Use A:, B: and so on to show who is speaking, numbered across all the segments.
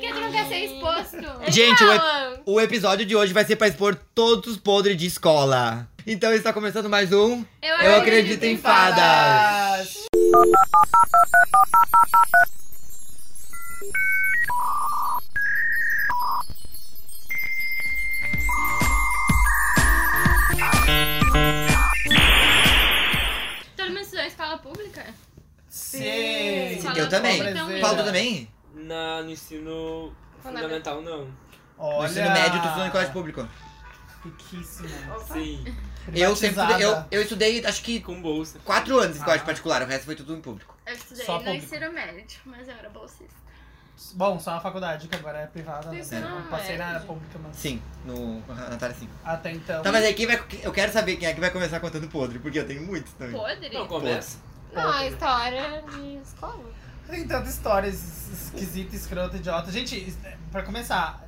A: quer ser exposto.
B: Gente, o, ep-
C: Alan.
B: o episódio de hoje vai ser pra expor todos os podres de escola. Então está começando mais um.
A: Eu
B: Eu acredito em fadas.
A: Todo mundo estudou em escola pública?
D: Sim.
A: Fala
B: Eu também.
A: pobrezinha.
B: Paulo, tu também?
E: Na, no ensino
A: Fundamental.
E: fundamental, não.
D: Olha.
B: No ensino médio, tu estudou em colégio público.
D: Riquíssimo.
E: Sim,
B: Eu sempre
D: Privatizada.
B: estudei, eu, eu estudei, acho que
E: com bolsa.
B: quatro anos em colégio
D: Ah.
B: particular, o resto foi tudo em público.
A: Eu estudei
D: Só
A: no
D: público.
A: ensino médio, mas eu era bolsista.
D: Bom, só na faculdade, que agora é privada. Né?
A: Ensino
D: Eu passei na área
A: médio.
D: pública, mas
B: Sim, no a Natália sim.
D: até então.
B: Tá, mas aí quem vai. Eu quero saber quem é que vai começar contando podre, porque eu tenho muitos também.
A: Podre?
E: Não, começa.
A: Não, a história de escola.
D: Tem tanta história es- esquisita, escrota, idiota. Gente, es- pra começar,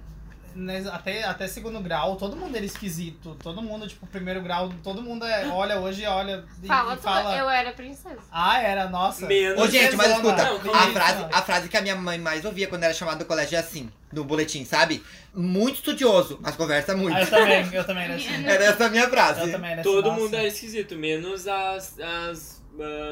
D: né, até, até segundo grau, todo mundo era esquisito. Todo mundo, tipo, primeiro grau, todo mundo é, olha hoje, olha e
A: Fala,
D: e
A: tu-
D: fala.
A: eu era princesa.
D: Ah, era, nossa.
E: Menos.
B: Ô, gente, mas
D: Não,
B: escuta,
D: não,
E: não,
B: a
E: não.
B: frase, a frase que a minha mãe mais ouvia quando era chamada do colégio é assim, no boletim, sabe? Muito estudioso, mas conversa muito.
D: Ah, eu também, eu também era assim.
B: Era essa a minha
D: Eu
B: frase.
D: também era assim,
E: Todo
D: nossa.
E: mundo é esquisito, menos as, as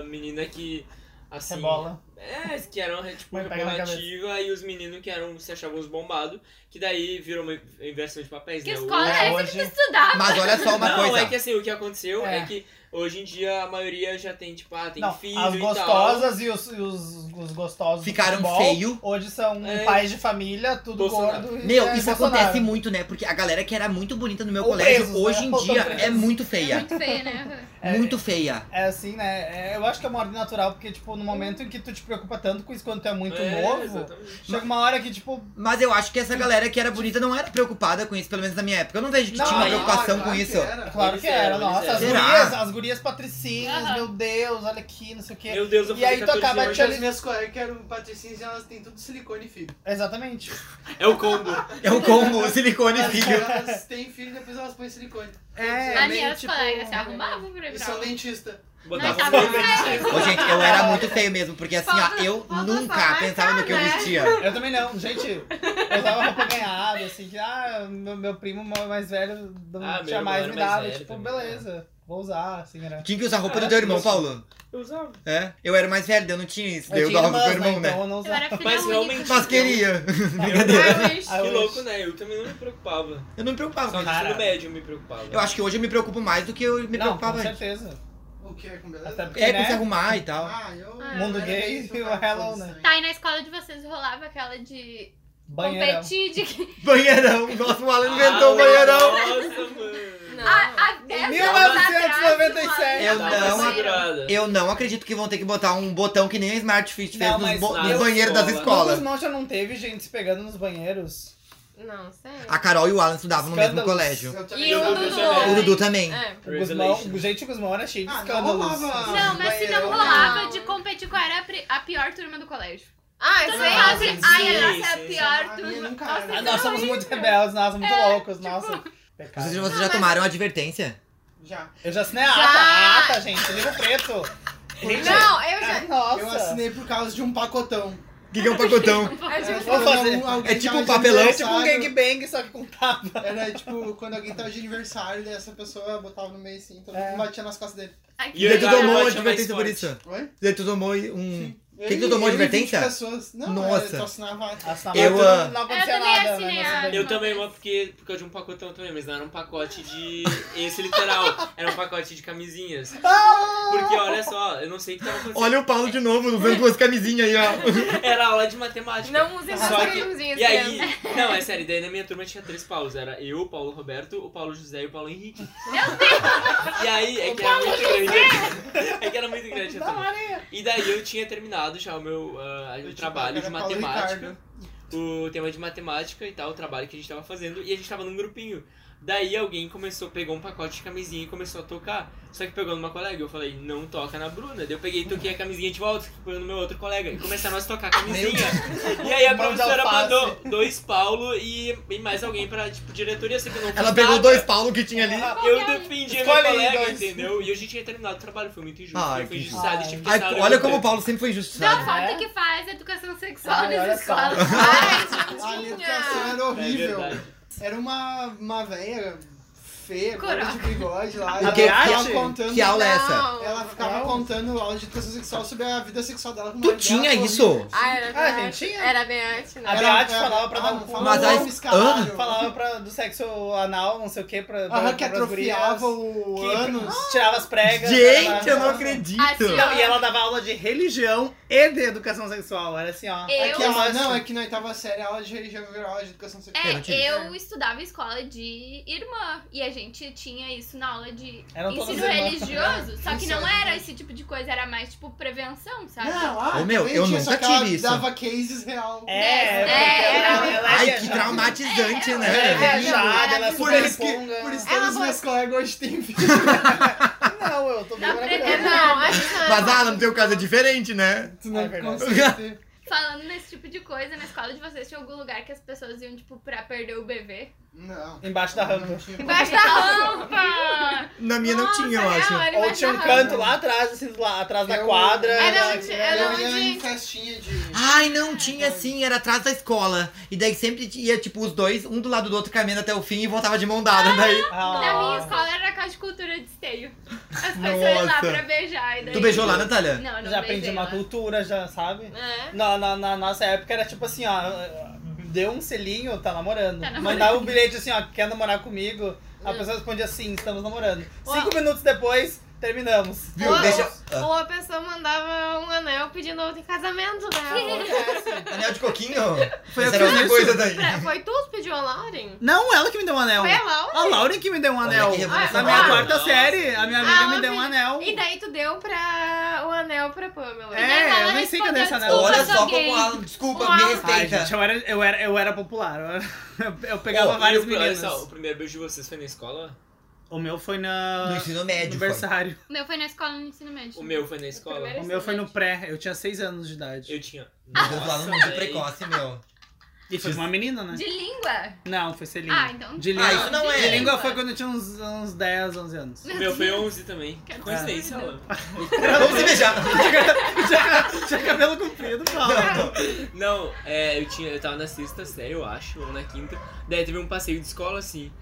E: meninas que. Assim,
D: Cebola.
E: É, que eram tipo
D: Mãe, pega na
E: repelativa e os meninos que eram se achavam os bombados, que daí virou uma inversão de papéis,
A: Que
E: né?
A: escola
E: Hoje-
A: é essa que
D: hoje-
A: tu estudava?
B: Mas olha só uma
E: não,
B: coisa.
E: é que assim, o que aconteceu é.
D: É.
E: que hoje em dia a maioria já tem, tipo, ah, tem
D: Não,
E: filho
D: as
E: e tal.
D: gostosas e, os, e os, os gostosos do
B: Ficaram
D: futebol,
B: feio.
D: Hoje são
E: É.
D: pais de família, tudo
E: Bolsonaro.
D: gordo. e
B: Meu,
D: é
B: isso
D: Bolsonaro.
B: acontece muito, né? Porque a galera que era muito bonita no meu
D: Ou
B: colégio,
D: presos,
B: hoje
D: né?
B: em
D: Ou
B: dia,
D: tão
B: é
D: presos.
B: muito
A: É
B: feia.
A: muito feia, né?
D: É,
B: Muito feia.
D: É assim, né? É, eu acho que é uma ordem natural, porque, tipo, no momento em que tu te preocupa tanto com isso quando tu é muito
E: É,
D: novo,
E: exatamente.
D: chega uma hora que, tipo,
B: Mas eu acho que essa galera que era bonita não era preocupada com isso, pelo menos na minha época. Eu não vejo que
D: Não,
B: tinha uma
E: não,
B: preocupação
F: claro
B: com
F: que
B: isso.
F: era.
D: claro
E: Eles
D: que é. era,
E: eram, eles
D: nossa. As
B: eram.
D: gurias,
B: Será?
D: as gurias patricinhas,
A: Aham.
D: meu Deus, olha aqui, não sei o quê.
E: Meu Deus, eu
D: E
E: fui
D: aí tu
E: 14
D: acaba
E: anos.
F: Hoje as minhas colegas eram patricinhas e elas têm tudo silicone e filho.
D: Exatamente.
E: É o combo.
B: É o combo, silicone e
F: Elas,
B: filho.
F: elas têm filho e depois elas põem silicone.
D: É,
A: As
D: meio,
A: minhas
D: tipo,
A: colegas se arrumavam pra ir
F: E
A: pra
F: são
A: aula.
F: dentista.
A: Nós
E: Botava
A: tava
E: o
A: feio.
D: é.
B: Ô, gente, eu era muito feio mesmo, porque assim, ó,
A: Falta-
B: eu
A: falta só
B: nunca
A: marcar,
B: pensava no que eu
A: né?
B: vestia.
D: Eu também não, gente. Eu tava roupa ganhada, assim, que, ah, meu, meu primo mais velho não
E: Ah, meu
D: tinha
E: irmão
D: mais
E: era
D: me
E: mais
D: dava.
E: velho
D: Tipo,
E: também, é.
D: beleza, vou usar, assim, era.
B: Tinha que usar a roupa do teu irmão, Paulo.
E: Eu usava.
B: É? Eu era mais velho, eu não tinha isso. Daí eu
D: tinha
B: dava pro meu
D: irmãs,
B: irmão, né?
D: Então eu não
A: Eu era
D: usava.
A: filha
E: Mas
A: única.
E: realmente.
B: Mas queria.
A: I wish.
D: Ah,
E: Que
D: eu-
E: louco, né? Eu também não me preocupava.
B: Eu não me preocupava com
E: Só no
B: isso.
D: Cara.
E: ensino médio eu me preocupava.
B: Eu acho que hoje eu me preocupo mais do que eu me
D: Não, com
B: preocupava antes.
D: certeza.
F: O que é com
D: Até
F: beleza?
D: porque,
B: É, com
D: né?
B: se arrumar e tal.
F: Ah, eu.
A: Ah.
D: Mundo
F: eu era
D: gay
F: bem
D: e o
F: focado
D: hello,
F: com
D: né?
F: isso aí.
A: Tá, e na escola de vocês rolava aquela de
D: Banheirão.
A: competir, de que...
B: Banheirão. Nossa, o Alan
E: Ah,
B: inventou o banheirão.
E: Nossa, mano.
A: A, a, dez anos atrás, rolava
B: Eu
D: 1997.
E: Dá
B: não
E: uma
A: banheiro.
E: segurada.
B: Eu não acredito que vão ter que botar um botão que nem a Smart Fit fez
D: Não,
B: nos
D: mas
B: bo-
E: na
B: no banheiro das
E: escola.
B: escolas.
D: Quantos irmãos já não teve gente se pegando nos banheiros?
A: Não, sei.
B: A Carol e o Alan estudavam no mesmo
D: Escândalos.
B: colégio.
F: Eu também
A: E um
F: usava
A: o
E: Dudu.
B: O
A: Dudu.
B: Dudu também.
A: É.
D: O Guzmão,
E: Revelation.
D: gente, o Guzmão era cheio de Assim,
F: Ah, não
D: escândalos.
F: rolava.
A: Não, mas se não
F: Banheirão,
A: rolava
F: não.
A: de competir qual era a, pri- a pior turma do colégio.
C: Ah,
A: Todo
C: isso
A: mundo
C: aí.
A: fala assim,
E: sim,
A: ai, a
E: sim,
A: nossa é a
E: sim.
A: pior
F: A minha
A: turma.
F: nunca
A: Nossa,
F: era.
D: Ah,
A: isso é
D: nós somos
A: horrível.
D: muito rebeldes, nós somos
B: É,
D: muito loucos,
B: tipo,
D: nossa. Pecado.
B: Vocês, vocês já tomaram a advertência?
F: Já.
D: Eu já assinei a ata, a ata, gente, livro preto. Gente,
C: Não, eu
D: ah,
C: já.
D: nossa.
F: Eu assinei por causa de um pacotão. É,
B: O que, que é um pacotão?
C: Eu já-
D: Vou fazer.
F: Quando alguém
B: É tipo
F: tava
B: um
F: de
B: papelão.
D: É tipo um
F: aniversário,
D: gangbang, só que com tapa.
F: Era tipo, quando alguém tava de aniversário, daí essa pessoa botava no meio assim, então
D: É.
F: batia nas costas dele.
B: E daí tu
E: Eu
B: tomou
E: já
B: a
E: bati mais
B: advertência por
E: forte.
B: isso?
F: Oi?
B: Daí tu tomou um...
F: O
B: que tu tomou de advertência?
F: Pessoas. Não,
B: Nossa.
F: Eu tu assinava.
A: Tipo,
D: Assinava
B: Eu,
D: tudo,
B: ah,
D: não acontecia
A: Eu também
D: nada.
A: assinei
D: né, nessa
A: a-
E: Eu também, mas porque por causa de um pacotão também, mas não era um pacote de. Esse literal, era um pacote de camisinhas. Porque olha só, eu não sei o que tava acontecendo.
B: Ah! Olha o Paulo de novo, usando duas camisinhas aí, ó.
E: Era aula de matemática.
C: Não usem
E: Só
C: essas
E: que-
C: camisinhas,
E: E aí,
C: criança.
E: não, é sério, daí na minha turma tinha três paus. Era eu, o Paulo Roberto, o Paulo José e o Paulo Henrique. E aí, é que era muito grande. É que era muito grande a turma. E daí eu tinha terminado já o meu ah, o
F: Eu te
E: trabalho de
F: pago, era Paulo
E: matemática.
F: Ricardo.
E: O tema de matemática e tal, o trabalho que a gente tava fazendo. E a gente tava num grupinho. Daí alguém começou, pegou um pacote de camisinha e começou a tocar. Só que pegou numa colega, eu falei, não toca na Bruna. Daí eu peguei e toquei a camisinha de volta, que foi no meu outro colega. E começaram a se tocar a camisinha. E aí a
D: Mão de
E: professora
D: alface.
E: mandou dois Paulo e, e mais alguém pra, tipo, diretoria, sei que eu não fiz
B: Ela pegou
E: nada.
B: dois Paulo que tinha ali.
F: Ah,
E: Eu defendi meu
D: Escolhe aí
E: colega,
D: dois.
E: entendeu? E eu já tinha terminado o trabalho, foi muito injusto.
B: Ai,
E: eu fui
B: que
E: injustiçado, É
D: injusto.
E: tive que
B: Ai,
E: estar
B: olha
E: olhando
B: como o
E: pra-
B: Paulo sempre foi
A: Não,
B: injustiçado.
A: falta que faz educação é sexual
D: Ai, olha
A: nas
D: só.
A: escolas.
F: Olha,
A: Ai,
F: horrível.
E: É verdade.
F: Era uma, uma velha feia, gorda de
A: Coroca.
F: bigode lá.
B: O
F: ela
B: que-
F: ficava
D: que-
F: contando.
B: que aula é essa?
A: Não.
F: Ela ficava
D: Qual?
F: contando aula de educação sexual sobre a vida sexual dela. com
B: Tu
F: mulher
B: tinha
F: dela,
B: isso?
A: Ah, era bem
D: Ah, gente,
A: antes.
D: tinha.
A: Era bem antes, né?
D: A
F: Era-
D: Beate
F: era-
D: falava pra
F: ah,
D: dar um
F: não
D: pulo.
B: Mas
F: falava
B: aí-
F: nomes, caralho.
D: Falava pra, do sexo anal, não sei o que, pra, pra,
F: Aham, que
D: pras gurias,
F: atrofiava o
D: que
F: ânus.
D: tirava as pregas.
B: Gente,
D: dava-
B: eu não acredito.
A: né? Assim, ó.
D: Não, e ela dava aula de religião e de educação sexual. Era assim, ó.
A: Eu-
F: É que ela-
D: mostro.
F: não, é que na oitava série a aula de religião virou aula de educação sexual.
B: Eu não tive.
A: É, eu estudava em escola de irmã e a gente tinha isso na aula de
D: Eram todas
A: ensino
D: irmãs.
A: religioso, só que
F: Isso
A: não
F: é
A: era
F: verdade.
A: esse tipo de coisa, era mais tipo prevenção, sabe?
F: Não, ah,
B: Ô, meu,
F: também
B: eu
F: tinha,
B: nunca
F: só que ela
B: tive isso.
F: dava cases real.
D: É,
A: É,
D: porque ela-
A: era-
D: ela
B: Ai,
D: ia-
B: que traumatizante,
A: né? É,
D: Ela é
A: é,
B: né?
A: é.
D: viajada, ela é
F: Por
A: Por
D: super
F: isso que,
D: riponga.
F: por isso que
A: Ela
F: todos os
A: foi-
F: meus colegas hoje têm filho.
D: Não, eu tô bem
A: Dá pra
C: É,
A: entender,
D: maravilhosa.
A: não, acho que não.
B: Mas ah, no teu caso é diferente, né?
F: Tu não
D: É verdade.
F: consegue.
A: Falando nesse tipo de coisa, na escola de vocês tinha algum lugar que as pessoas iam, tipo, pra perder o bebê?
F: Não.
D: Embaixo da rampa.
F: Não tinha.
A: Embaixo da rampa!
B: Na minha não
A: Nossa, é,
B: tinha, eu
A: real,
B: acho.
A: era
D: Ou
A: embaixo
D: tinha um
A: da
D: canto
A: rampa.
D: lá atrás, assim, lá atrás da
F: Eu-
D: quadra.
A: Era
D: né?
A: onde- era
F: eu ia
A: onde-
F: em festinha de...
B: Ai, não tinha sim, era atrás da escola. E daí sempre ia, tipo, os dois, um do lado do outro, caminhando até o fim e voltava de mão dada. Daí.
D: Ah,
A: Na minha escola era a casa de cultura de esteio. As pessoas
B: Nossa.
A: lá pra beijar. E daí...
B: Tu beijou lá, Natália?
A: Ah, Não, eu não
D: Já aprendi
A: beijei
D: uma
A: lá.
D: cultura, já sabe?
A: É.
D: Na, na, na nossa época era tipo assim, ó. Deu um selinho, tá namorando.
A: Tá namorando.
D: Mandava um bilhete assim, ó, quer namorar comigo? A
A: Hum.
D: pessoa respondia sim, estamos namorando.
C: Uau.
D: Cinco minutos depois, terminamos.
B: Viu?
C: Ou-
B: Deixa. Ah,
C: Ou a pessoa mandava um anel pedindo outro em casamento, né?
B: Ah, Anel de coquinho? Foi
D: Foi a
B: a mesma coisa daí.
C: Pra- Foi tu que pediu a Lauren?
D: Não, ela que me deu um anel.
C: Foi a Lauren?
D: A Lauren que me deu um
B: Olha
D: anel.
B: que
D: Na
B: revolucionário.
D: minha
C: Ah,
D: quarta
E: nossa.
D: série, a minha amiga
C: Ah,
D: me deu um anel.
C: E daí tu deu pra o anel pra Pamela.
D: É,
C: E daí ela
D: eu nem sei cadê esse
C: respondeu,
D: anel.
C: "Desculpa,
B: Olha
C: sou
B: só
C: gay."
B: como a. Desculpa,
C: Uau.
B: me
D: Ai,
B: respeita.
D: gente, eu era, eu era, eu era popular. Eu, era- eu pegava
B: Ó,
D: várias
E: E o- Olha
D: meninas.
E: só, o primeiro beijo de vocês foi na escola?
D: O meu foi na...
B: No ensino médio.
D: no
B: foi.
D: berçário.
A: O meu foi na escola no ensino médio.
E: O meu foi na escola?
A: primeiro-
D: O meu foi no pré. Eu tinha seis anos de idade.
E: Eu tinha.
B: Meu Deus, lá no
E: Nossa,
B: mundo
E: véi.
B: precoce, meu.
D: E foi uma menina, né?
A: De língua?
D: Não, foi selinho.
A: Ah, então.
D: De língua.
B: Ah, isso não
A: de
B: é.
D: De língua foi quando eu tinha uns, uns 10, 11 anos.
E: O meu foi 11 também. Que coincidência, Alan.
B: Vamos se beijar.
D: tinha, tinha cabelo comprido, Paulo.
E: Não, é, eu tinha, eu tava na sexta série, eu acho, ou na quinta. Daí teve um passeio de escola, assim.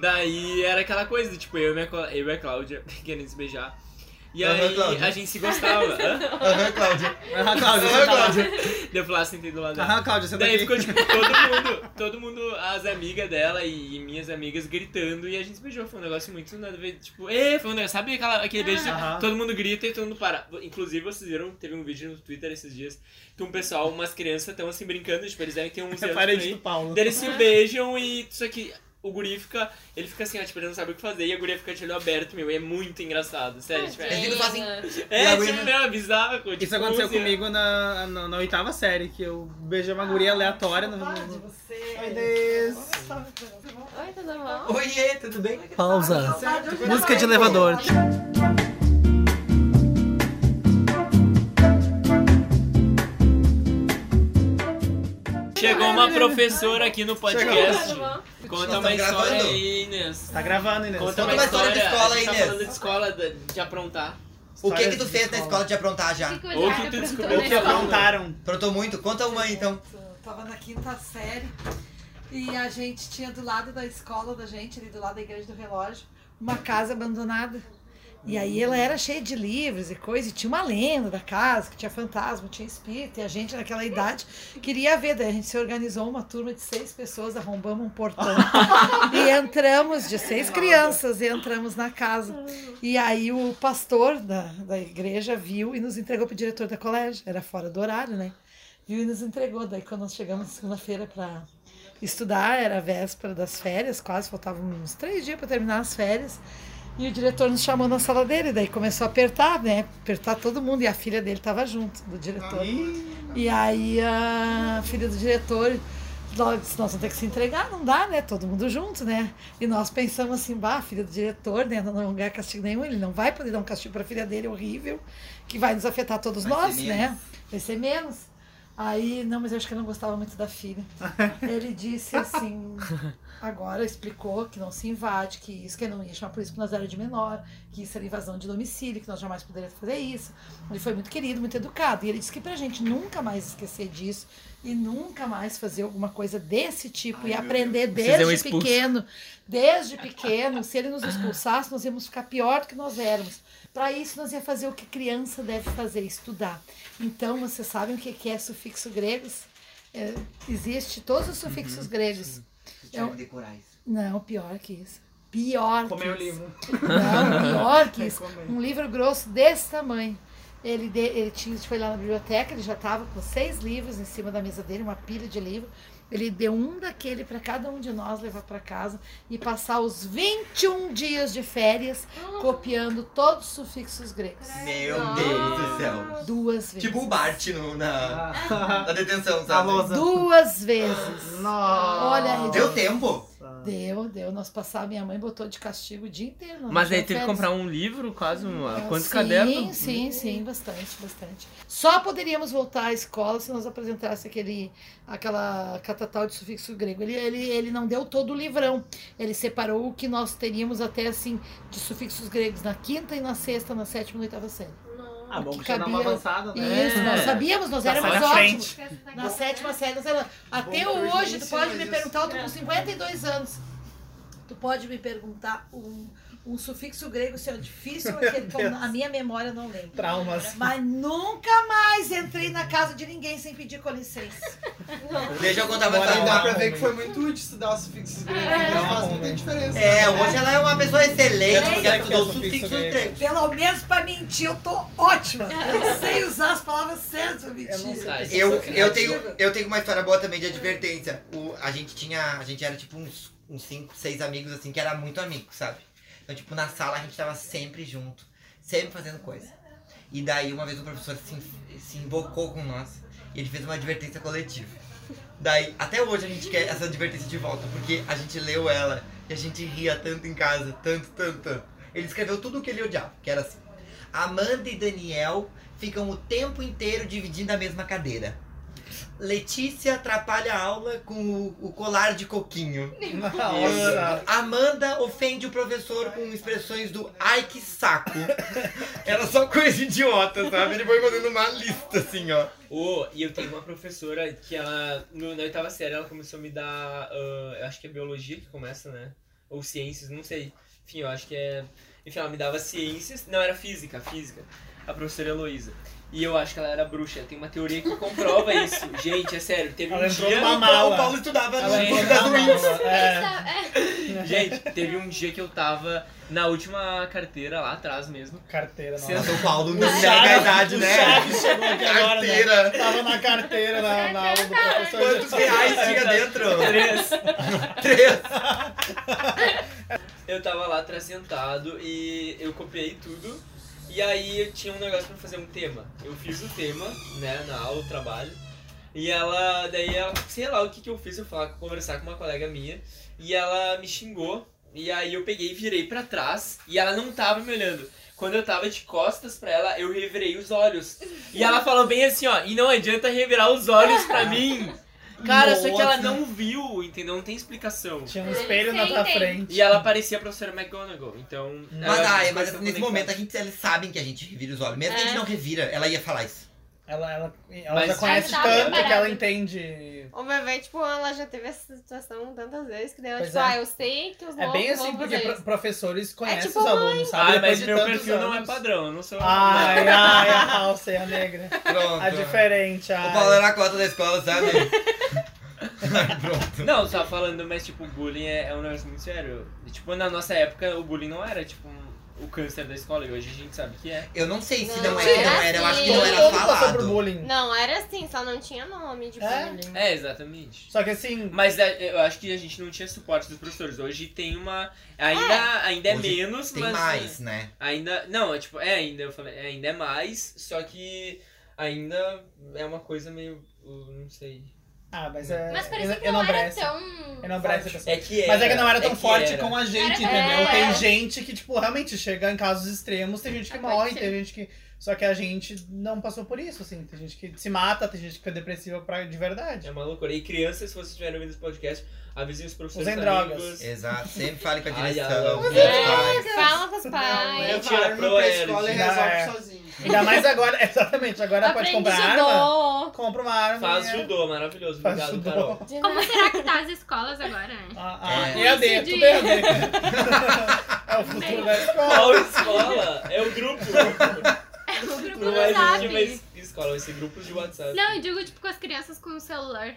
E: Daí era aquela coisa, tipo, eu e, minha, co- eu e a Cláudia querendo se beijar. E
B: Aham,
E: aí
B: Cláudia.
E: a gente se gostava. Hã?
B: Aham, Cláudia.
D: Aham, Cláudia.
B: Aham,
D: você tá lá.
B: Cláudia.
E: Daí eu fui lá, sentei do lado dela.
D: Aham, Cláudia, você tá
E: Daí
D: aqui.
E: ficou, tipo, todo mundo, todo mundo, as amigas dela e, e minhas amigas gritando e a gente se beijou. Foi um negócio muito nada a ver, tipo, é, foi um negócio, sabe aquela, aquele beijo,
D: Aham.
E: tipo, todo mundo grita e todo mundo para. Inclusive, vocês viram, teve um vídeo no Twitter esses dias, que um pessoal, umas crianças estão assim brincando, tipo, eles devem ter uns anos por
D: Parede do
E: aí.
D: Paulo.
E: Daí Eles se beijam e, só que o guri fica, ele fica assim, ó, tipo, ele não sabe o que fazer e a guria fica de olho aberto, meu, e é muito engraçado, sério, tipo, é,
B: Tadinho. Eles assim, fazem- E a
E: é,
B: guria-
E: tipo, não, é bizarro, tipo,
D: Isso aconteceu
E: assim, ó.
D: comigo na, na, na oitava série, que eu beijei uma guria aleatória no. no- Ai, Deus.
C: Oi, tudo bom?
B: Oiê, tudo bem?
D: Pausa.
B: Certo.
D: Música de elevador.
E: Chegou uma professora aqui no podcast.
C: Tudo bom?
E: Conta
B: Nós
E: uma
B: estamos
E: história
B: Tá gravando.
E: aí, Inês.
D: Tá gravando, Inês.
E: Conta
B: uma
E: uma
B: história
E: história
B: de escola,
E: a gente tá
B: Inês.
E: falando de escola, de, de aprontar.
B: O que que tu
D: Histórias de
B: fez na escola de aprontar já?
A: Que
E: Ou que
A: olhada
E: tu
A: pra
E: descobriu
A: toda
D: O que
A: a
E: eu
A: escola.
E: não-
D: aprontaram?
B: Aprontou muito? Conta uma aí, então.
G: Eu Tava na quinta série e a gente tinha do lado da escola da gente, ali do lado da igreja do relógio, uma casa abandonada. E aí ela era cheia de livros e coisa, e tinha uma lenda da casa, que tinha fantasma, tinha espírito, e a gente naquela idade queria ver. Daí a gente se organizou uma turma de seis pessoas, arrombamos um portão e entramos, de seis crianças, e entramos na casa. E aí o pastor da, da igreja viu e nos entregou pro diretor da colégio, era fora do horário, né? Viu e nos entregou. Daí quando nós chegamos segunda-feira para estudar, era a véspera das férias, quase faltavam uns três dias para terminar as férias. E o diretor nos chamou na sala dele, daí começou a apertar, né? Apertar todo mundo e a filha dele estava junto do diretor. E aí a filha do diretor logo disse, nós vamos ter que se entregar, não dá, né? Todo mundo junto, né? E nós pensamos assim, bah, a filha do diretor, né? Não não ganha castigo nenhum, ele não vai poder dar um castigo para a filha dele horrível, que vai nos afetar todos
B: Vai ser
G: nós, né?
B: menos.
G: Vai ser menos. Aí, não, mas eu acho que ele não gostava muito da filha. Ele disse assim, agora explicou que não se invade, que isso, que ele não ia chamar por isso, que nós era de menor, que isso era invasão de domicílio, que nós jamais poderíamos fazer isso. Ele foi muito querido, muito educado. E ele disse que pra gente nunca mais esquecer disso e nunca mais fazer alguma coisa desse tipo e aprender
E: Vocês iam
G: desde
E: expulso.
G: pequeno. Desde pequeno, se ele nos expulsasse, nós íamos ficar pior do que nós éramos. Para isso, nós ia fazer o que criança deve fazer, estudar. Então, vocês sabem o que que é sufixo gregos? É, existe todos os
E: Uhum,
G: sufixos gregos.
B: Tinha
G: Eu-
B: que decorar isso.
G: Não, pior que isso. Pior que
D: Comeu é o
G: isso.
D: livro.
G: Não, pior que isso.
D: Recomendo.
G: Um livro grosso desse tamanho. Ele, de- ele tinha, foi lá na biblioteca, ele já estava com seis livros em cima da mesa dele, uma pilha de livro. Ele deu um daquele para cada um de nós levar para casa e passar os 21 dias de férias copiando todos os sufixos gregos.
B: Meu
A: Nossa.
B: Deus do céu.
G: Duas vezes.
B: Tipo o Bart no- na, na detenção,
D: A
B: sabe?
D: lousa.
G: Duas vezes. Olha,
B: Deu tempo?
G: Deu, deu. Nós passava, minha mãe botou de castigo o dia inteiro. nós
E: Mas
G: não
E: aí teve que
G: férias.
E: comprar um livro, quase, um,
G: Ah,
E: quantos
G: sim,
E: cadernos?
G: Sim, sim, bastante, bastante. Só poderíamos voltar à escola se nós apresentasse aquele, aquela catatal de sufixo grego. Ele, ele, ele não deu todo o livrão. Ele separou o que nós teríamos até assim de sufixos gregos na quinta e na sexta, na sétima e na oitava série.
D: Ah, bom,
G: que
D: que já dá uma
G: cabia-
D: avançada, né?
E: É.
G: Isso, nós sabíamos, nós
D: Passar
G: éramos
D: Tá na
G: ótimos.
D: frente.
G: Na sétima série, nós éramos- até
F: Bom,
G: hoje, tu
F: urgência,
G: pode
F: mas
G: me
F: isso-
G: perguntar, eu tô com 52 anos. Tu pode me perguntar um, um sufixo grego se é difícil, aquele que eu- a minha memória não lembra.
D: Traumas.
G: Mas nunca mais entrei na casa de ninguém sem pedir com licença.
B: Deixa eu contar pra
D: Bora
B: essa
F: Aí
D: lá.
F: dá
B: uma.
F: pra ver que foi muito útil estudar os sufixos gregos, porque
D: É.
F: faz muita diferença.
B: É, hoje ela é uma pessoa excelente, porque ela
D: Eu
B: estudou
D: sei que é
B: sufixo
D: sufixo
B: grego.
G: Pelo menos pra mentir, eu tô ótima. Eu sei usar as palavras certas pra mentir.
D: Eu não sei.
E: Ah, isso é
B: Eu,
E: sacanagem.
B: eu, tenho, eu tenho uma história boa também de advertência. O, a gente tinha. A gente era tipo uns, uns cinco, seis amigos assim, que era muito amigo, sabe? Então, tipo, na sala a gente tava sempre junto, sempre fazendo coisa. E daí uma vez o professor se, en- se invocou com nós e ele fez uma advertência coletiva. Daí, até hoje a gente quer essa advertência de volta, porque a gente leu ela e a gente ria tanto em casa, tanto, tanto, tanto. Ele escreveu tudo o que ele odiava, que era assim. Amanda e Daniel ficam o tempo inteiro dividindo a mesma cadeira. Letícia atrapalha a aula com o, o colar de coquinho.
D: Nossa.
B: Amanda ofende o professor com expressões do ai que saco. Era só coisa idiota, sabe? Ele foi mandando uma lista assim, ó.
E: Ô, e eu tenho uma professora que ela, no, na oitava série, ela começou a me dar, ah, eu acho que é biologia que começa, né? Ou ciências, não sei. Enfim, eu acho que é... Enfim, ela me dava ciências, não, era física, física. A professora Heloísa. E eu acho que ela era bruxa. Tem uma teoria que comprova isso. Gente, é sério. Teve
D: Ela
E: um
D: entrou
E: dia...
D: numa
B: O
D: mala.
B: Paulo estudava no
E: Ela
B: mundo
E: entra
B: das
D: Não, não,
B: ruins.
D: não, é.
E: Gente, teve um dia que eu tava na última carteira lá atrás mesmo.
D: Carteira, nossa.
E: Sendo-
B: São Paulo não
D: O
B: nega a
D: Chaves-
B: idade,
D: É. o
B: né?
D: Chaves chegou aqui agora, né?
B: Carteira.
D: Tava na carteira, na, na aula do professor.
B: Quantos reais tinha dentro?
E: Três.
B: Três.
E: Eu tava lá atrás sentado e eu copiei tudo. E aí eu tinha um negócio pra fazer um tema. Eu fiz o tema, né, na aula, o trabalho. E ela, daí ela, sei lá o que que eu fiz, eu fui lá conversar com uma colega minha. E ela me xingou. E aí eu peguei e virei pra trás. E ela não tava me olhando. Quando eu tava de costas pra ela, eu revirei os olhos. E ela falou bem assim, ó, e não adianta revirar os olhos pra mim. Cara, só que ela não viu, entendeu? Não tem explicação.
D: Tinha um espelho na tua frente.
E: E ela parecia a professora McGonagall, então...
B: Mas,
E: ela-
B: ai,
E: as
B: mas
E: coisas
B: nesse
E: estão
B: momento a
E: conectadas.
B: gente, eles sabem que a gente revira os olhos. Mesmo que a gente
A: É.
B: não revira, ela ia falar isso.
D: Ela, ela, ela
E: Mas-
D: já conhece
A: Ela tá
D: tanto que
A: preparada.
D: ela entende.
C: O bebê, tipo, ela já teve essa situação tantas vezes que daí ela,
D: Pois
C: tipo,
D: é.
C: ah, eu sei que os
D: É
C: novos
D: bem
C: vão
D: assim, porque
C: fazer
D: pro-
C: isso.
A: É
D: professores conhecem
C: tipo
D: os
C: mãe.
D: alunos, sabe?
E: Ai,
D: Depois
E: Ah, mas
D: de
E: meu
D: tantos
E: perfil não é
D: anos.
E: padrão, eu não sou...
D: Ai, ai, a falsa e a negra.
B: Pronto.
E: É.
D: A diferente, a.
B: O Paulo era a cota da escola, sabe? Ai, Pronto.
E: Não, só falando, mas tipo, bullying é, é um negócio muito sério. E, tipo, na nossa época, o bullying não era, tipo, um- o câncer da escola, e hoje a gente sabe que é.
B: Eu não sei se não,
C: Não,
B: era, é, que não
C: era
B: era, eu acho que
C: assim.
B: não
D: Todo
B: era
D: mundo tá passou por
B: falado.
D: bullying.
C: Não, era assim, só não tinha nome de
D: É?
C: bullying.
E: É, exatamente.
D: Só que assim,
E: Mas é, eu acho que a gente não tinha suporte dos professores. Hoje tem uma. Ainda é, ainda é
B: Hoje
E: menos,
B: Tem
E: mas.
B: mais, né?
E: Ainda. Não, é tipo, é ainda, eu falei, é, ainda é mais, só que ainda é uma coisa meio. eu Não sei.
D: ah, mas é.
A: Mas parecia que não era
D: enobrece.
A: tão
D: enobrece a pessoa.
E: É que
D: Mas é que não era tão forte
E: era.
D: com a gente,
A: Era- é.
D: entendeu? Tem gente que, tipo, realmente chega em casos extremos, tem gente que
A: Acontece.
D: morre, tem gente que. Só que a gente não passou por isso, assim. Tem gente que se mata, tem gente que fica depressiva pra... de verdade.
E: É uma loucura. E crianças, se vocês estiverem ouvindo esse podcast, avisem os professores.
D: Usem
E: amigos.
D: drogas.
B: Exato, sempre fale com a
E: Ai,
B: direção.
E: ai,
B: com os
E: ai.
B: pais.
C: Fala com os
E: Não, é
C: pais.
E: Mentira,
F: Levaram
E: pro
F: pra escola e
E: Eric.
D: É.
F: resolve sozinho.
D: Ainda mais agora, exatamente, agora pode
C: Aprende
D: comprar arma.
C: judô.
D: Compra uma arma.
E: Faz
D: e-
E: judô, maravilhoso.
D: É. Faz
E: Obrigado,
D: judô.
E: Carol.
A: Como será que tá as escolas agora, né?
D: Ah, ah,
B: É.
D: EAD,
A: Esse
D: tudo
A: dia.
D: EAD. é o futuro da escola.
E: Qual escola? É o grupo.
A: É o grupo do
E: Não vai existir
A: Zap.
E: mais escola, vai ser grupos de WhatsApp.
A: Não, eu digo, tipo, com as crianças com o
D: É,
A: celular.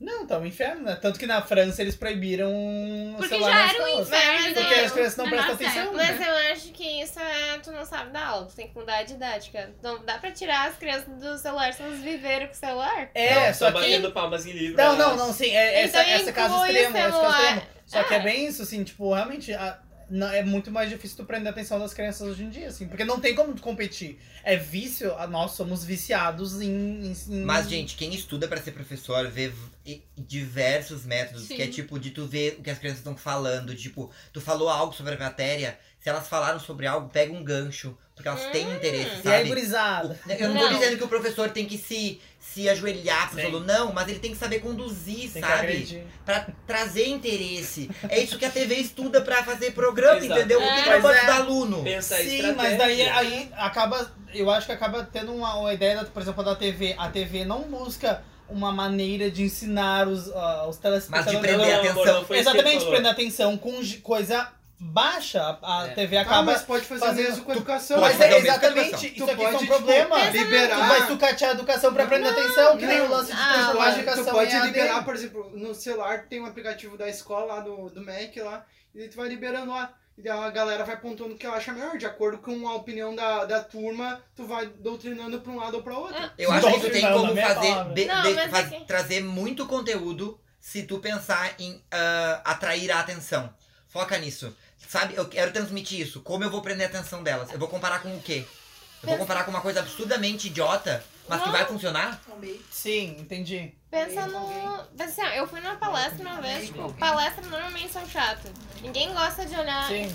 D: Não, tá um inferno, né? Tanto que na França eles proibiram o
A: Porque
D: celular é
A: já
D: nas
A: era um
D: escolas.
A: inferno.
D: Porque as crianças não
A: na
D: prestam
A: nossa
D: atenção,
A: época.
C: Tá, Mas eu acho que isso é. Tu não sabe dar aula, tu tem que mudar a didática. Não dá pra tirar as crianças do celular, se elas viveram com o celular.
D: É,
E: Não,
D: só
E: tô
D: que.
E: batendo palmas em livro. né?
D: Não, não, não, sim, é,
C: Então
D: essa, essa caso
C: inclui o
D: extremo, esse caso
C: celular. Ah.
D: extremo. Só que é bem isso, assim, tipo, realmente a- não- é muito mais difícil tu prender a atenção das crianças hoje em dia, assim, porque não tem como tu competir. É vício, a- nós somos viciados em. em- em-
B: Mas, gente, quem estuda pra ser professor vê v- e- diversos métodos, que é
A: Sim.
B: tipo de tu ver o que as crianças estão falando. Tipo, tu falou algo sobre a matéria, se elas falaram sobre algo, pega um gancho, porque elas têm interesse,
D: E aí,
B: sabe?
D: gurizada.
B: O- Eu não tô
C: Não.
B: dizendo que o professor tem que se, se ajoelhar pro
D: Sim.
B: aluno, não, mas ele tem que saber conduzir,
D: Tem que
B: sabe?
D: agredir.
B: Pra trazer interesse. É isso que a TV estuda pra fazer programa,
E: Exato.
B: entendeu? Por que que
D: É.
B: não bota
D: Pois é.
B: do aluno?
E: Pensa a
D: Sim,
E: estratégia.
D: mas daí aí acaba. Eu acho que acaba tendo uma, uma ideia, da, por exemplo, da TV. A TV não busca uma maneira de ensinar os, ah,
B: Mas
D: os
B: de
D: telespectadores.
E: Não, não,
B: prender a
E: não, amor,
B: atenção.
E: não foi isso que ele
D: Exatamente,
E: falou.
D: prender atenção com ge- coisa baixa. A
E: É.
C: Ah,
D: TV
F: Tá,
D: acaba.
F: mas pode fazer
D: fazendo-
F: mesmo com a educação.
B: pode
D: Mas
B: fazer
D: é
B: o mesmo que a
D: exatamente,
B: educação.
D: isso
F: Tu
D: aqui é
F: pode,
D: um
F: tipo,
D: problema.
F: liberar-
D: Tu vai sucatear a educação pra prender atenção, que nem o
F: não.
D: lance de
C: Ah,
D: transformar a
C: mas
F: Tu
D: educação
F: pode
D: em AD.
F: liberar, por exemplo, no celular tem um aplicativo da escola lá do, do Mac lá, e daí tu vai liberando lá. E daí a galera vai apontando o que ela acha melhor, de acordo com a opinião da, da turma, tu vai doutrinando pra um lado ou pra outro.
B: Eu acho que tu tem
D: Doutrinando,
B: como
D: a minha
B: fazer
D: palavra.
B: de-
C: Não,
B: de-
C: mas
B: fa-
C: é que-
B: trazer muito conteúdo se tu pensar em ah, atrair a atenção. Foca nisso. Sabe, eu quero transmitir isso. Como eu vou prender a atenção delas? Eu vou comparar com o quê? Eu vou comparar com uma coisa absurdamente idiota, mas que
C: Não.
B: vai funcionar?
D: Sim, entendi.
C: Pensa no. Pensa assim, ó, eu fui numa palestra uma vez, tipo, palestra normalmente são chato. Ninguém gosta de olhar.
D: Sim.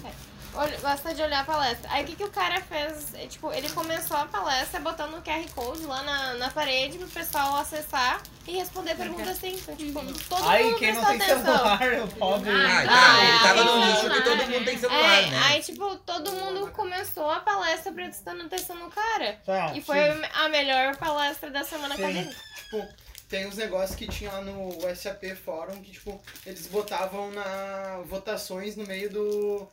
C: olha- Gosta de olhar a palestra. Aí o que, que o cara fez? É, tipo, ele começou a palestra botando um QR Code lá na, na parede pro pessoal acessar e responder perguntas assim. Então, tipo, todo
D: Aí,
C: mundo
D: quem não
C: prestou
D: tem
C: atenção.
D: celular, é o pobre.
B: Ah,
A: Ah,
B: tá.
C: ah,
B: Ele
C: é,
B: tava no
C: tem
B: nicho que todo
A: celular,
B: mundo tem
A: né?
B: celular,
C: é,
B: né?
C: aí, tipo, todo mundo começou a palestra prestando atenção no cara.
D: Tá,
C: E foi a melhor palestra da semana
D: Sim.
C: acadêmica.
F: Tipo, tem uns negócios que tinha lá no SAP Fórum que, tipo, eles botavam na votações no meio do.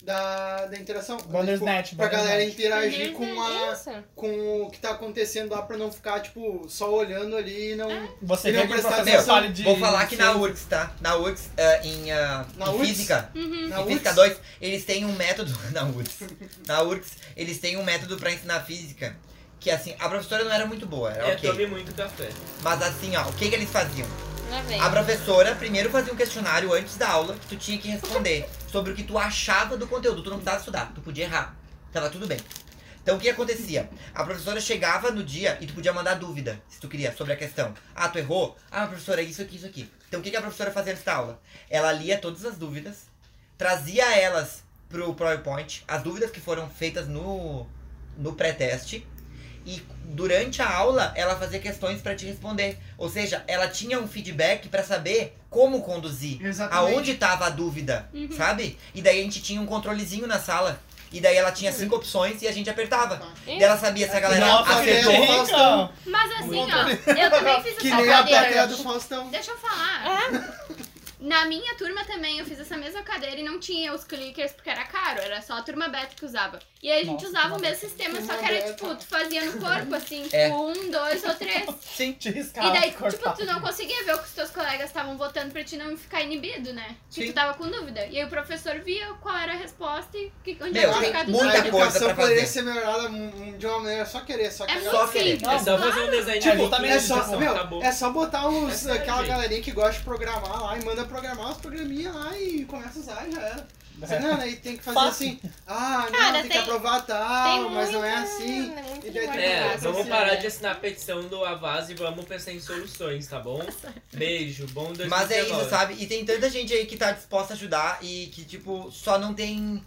F: Da, da interação.
D: Bandersnatch,
F: tipo, pra galera
D: Bandersnatch.
F: interagir com, a,
C: Isso.
F: com o que tá acontecendo lá pra não ficar, tipo, só olhando ali e não.
D: Você
F: Ele
D: vê
F: não
D: que o
F: presta
D: professor
B: Meu,
D: fale de...
B: vou falar que na
D: ciência.
B: URGS, tá? Na URGS, ah, em, ah,
F: Na
B: em
F: URGS?
B: física,
F: Na
B: em física
F: URGS.
B: 2, eles têm um método. Na URGS. Na URGS, eles têm um método pra ensinar física. Que assim, a professora não era muito boa, era
E: É,
B: ok.
E: tome muito café.
B: Mas assim, ó, o que, que eles faziam?
C: Lá vem.
B: A professora primeiro fazia um questionário antes da aula que tu tinha que responder sobre o que tu achava do conteúdo. Tu não precisava estudar, tu podia errar. Tava tudo bem. Então o que acontecia? A professora chegava no dia e tu podia mandar dúvida, se tu queria, sobre a questão. Ah, tu errou? Ah, professora, isso aqui, isso aqui. Então o que que a professora fazia antes da aula? Ela lia todas as dúvidas, trazia elas pro PowerPoint, as dúvidas que foram feitas no, no pré-teste. E durante a aula, ela fazia questões pra te responder. Ou seja, ela tinha um feedback pra saber como conduzir.
F: Exatamente.
B: Aonde tava a dúvida,
D: Uhum.
B: sabe? E daí a gente tinha um controlezinho na sala. E daí ela tinha cinco opções e a gente apertava.
D: Uhum.
B: E ela sabia se a galera
D: Nossa,
B: acertou.
D: que
F: Faustão.
D: rica.
A: Mas assim, ó, eu também fiz
F: Que
A: essa
F: nem a plateia
A: cadeira.
F: do Faustão.
A: Deixa eu falar.
D: É?
A: Na minha turma também eu fiz essa mesma cadeira e não tinha os clickers porque era caro, era só a turma beta que usava. E aí a gente
D: Nossa,
A: usava o
D: turma
A: mesmo sistema, só
F: Turma
A: que era
F: beta.
A: tipo, tu fazia no corpo, assim, tipo,
B: É.
A: um, dois ou três.
D: Sim, te riscava,
A: E daí, tipo,
D: cortava.
A: tu não conseguia ver o que os teus colegas estavam votando pra ti não ficar inibido, né? Que
D: Sim.
A: tu tava com dúvida. E aí o professor via qual era a resposta e que- onde
B: Meu,
A: era
B: tem
A: colocado
B: muita
F: a
A: tudo.
B: coisa
F: educação
B: pra
F: poderia
B: fazer.
F: ser melhorada hum, de uma maneira só querer, só que
A: É
F: a
A: muito
B: Só querer.
A: simples.
E: É só fazer um
D: Tipo,
E: design de biquíni,
D: também
F: É só,
E: pessoal,
F: meu,
E: acabou.
F: é só botar os,
E: É sério,
F: aquela
E: gente.
F: galerinha que gosta de programar lá e manda programar os programinhas lá e começa a usar e já era. Você, não, aí tem que fazer
D: Fácil.
F: assim. Ah, não,
C: Cara,
F: tem, que
C: tem-
F: aprovar
C: Tem
F: tal, mas não é
C: muita-
F: assim.
C: Hum, muito
F: E daí tem-
C: linguagem
E: É,
C: básica,
E: vamos
C: assim,
E: parar
C: né?
E: de assinar a petição do Avaz e vamos pensar em soluções, tá bom? Beijo, bom 2019.
B: Mas é isso, sabe? E tem tanta gente aí que tá disposta a ajudar e que, tipo, só não tem.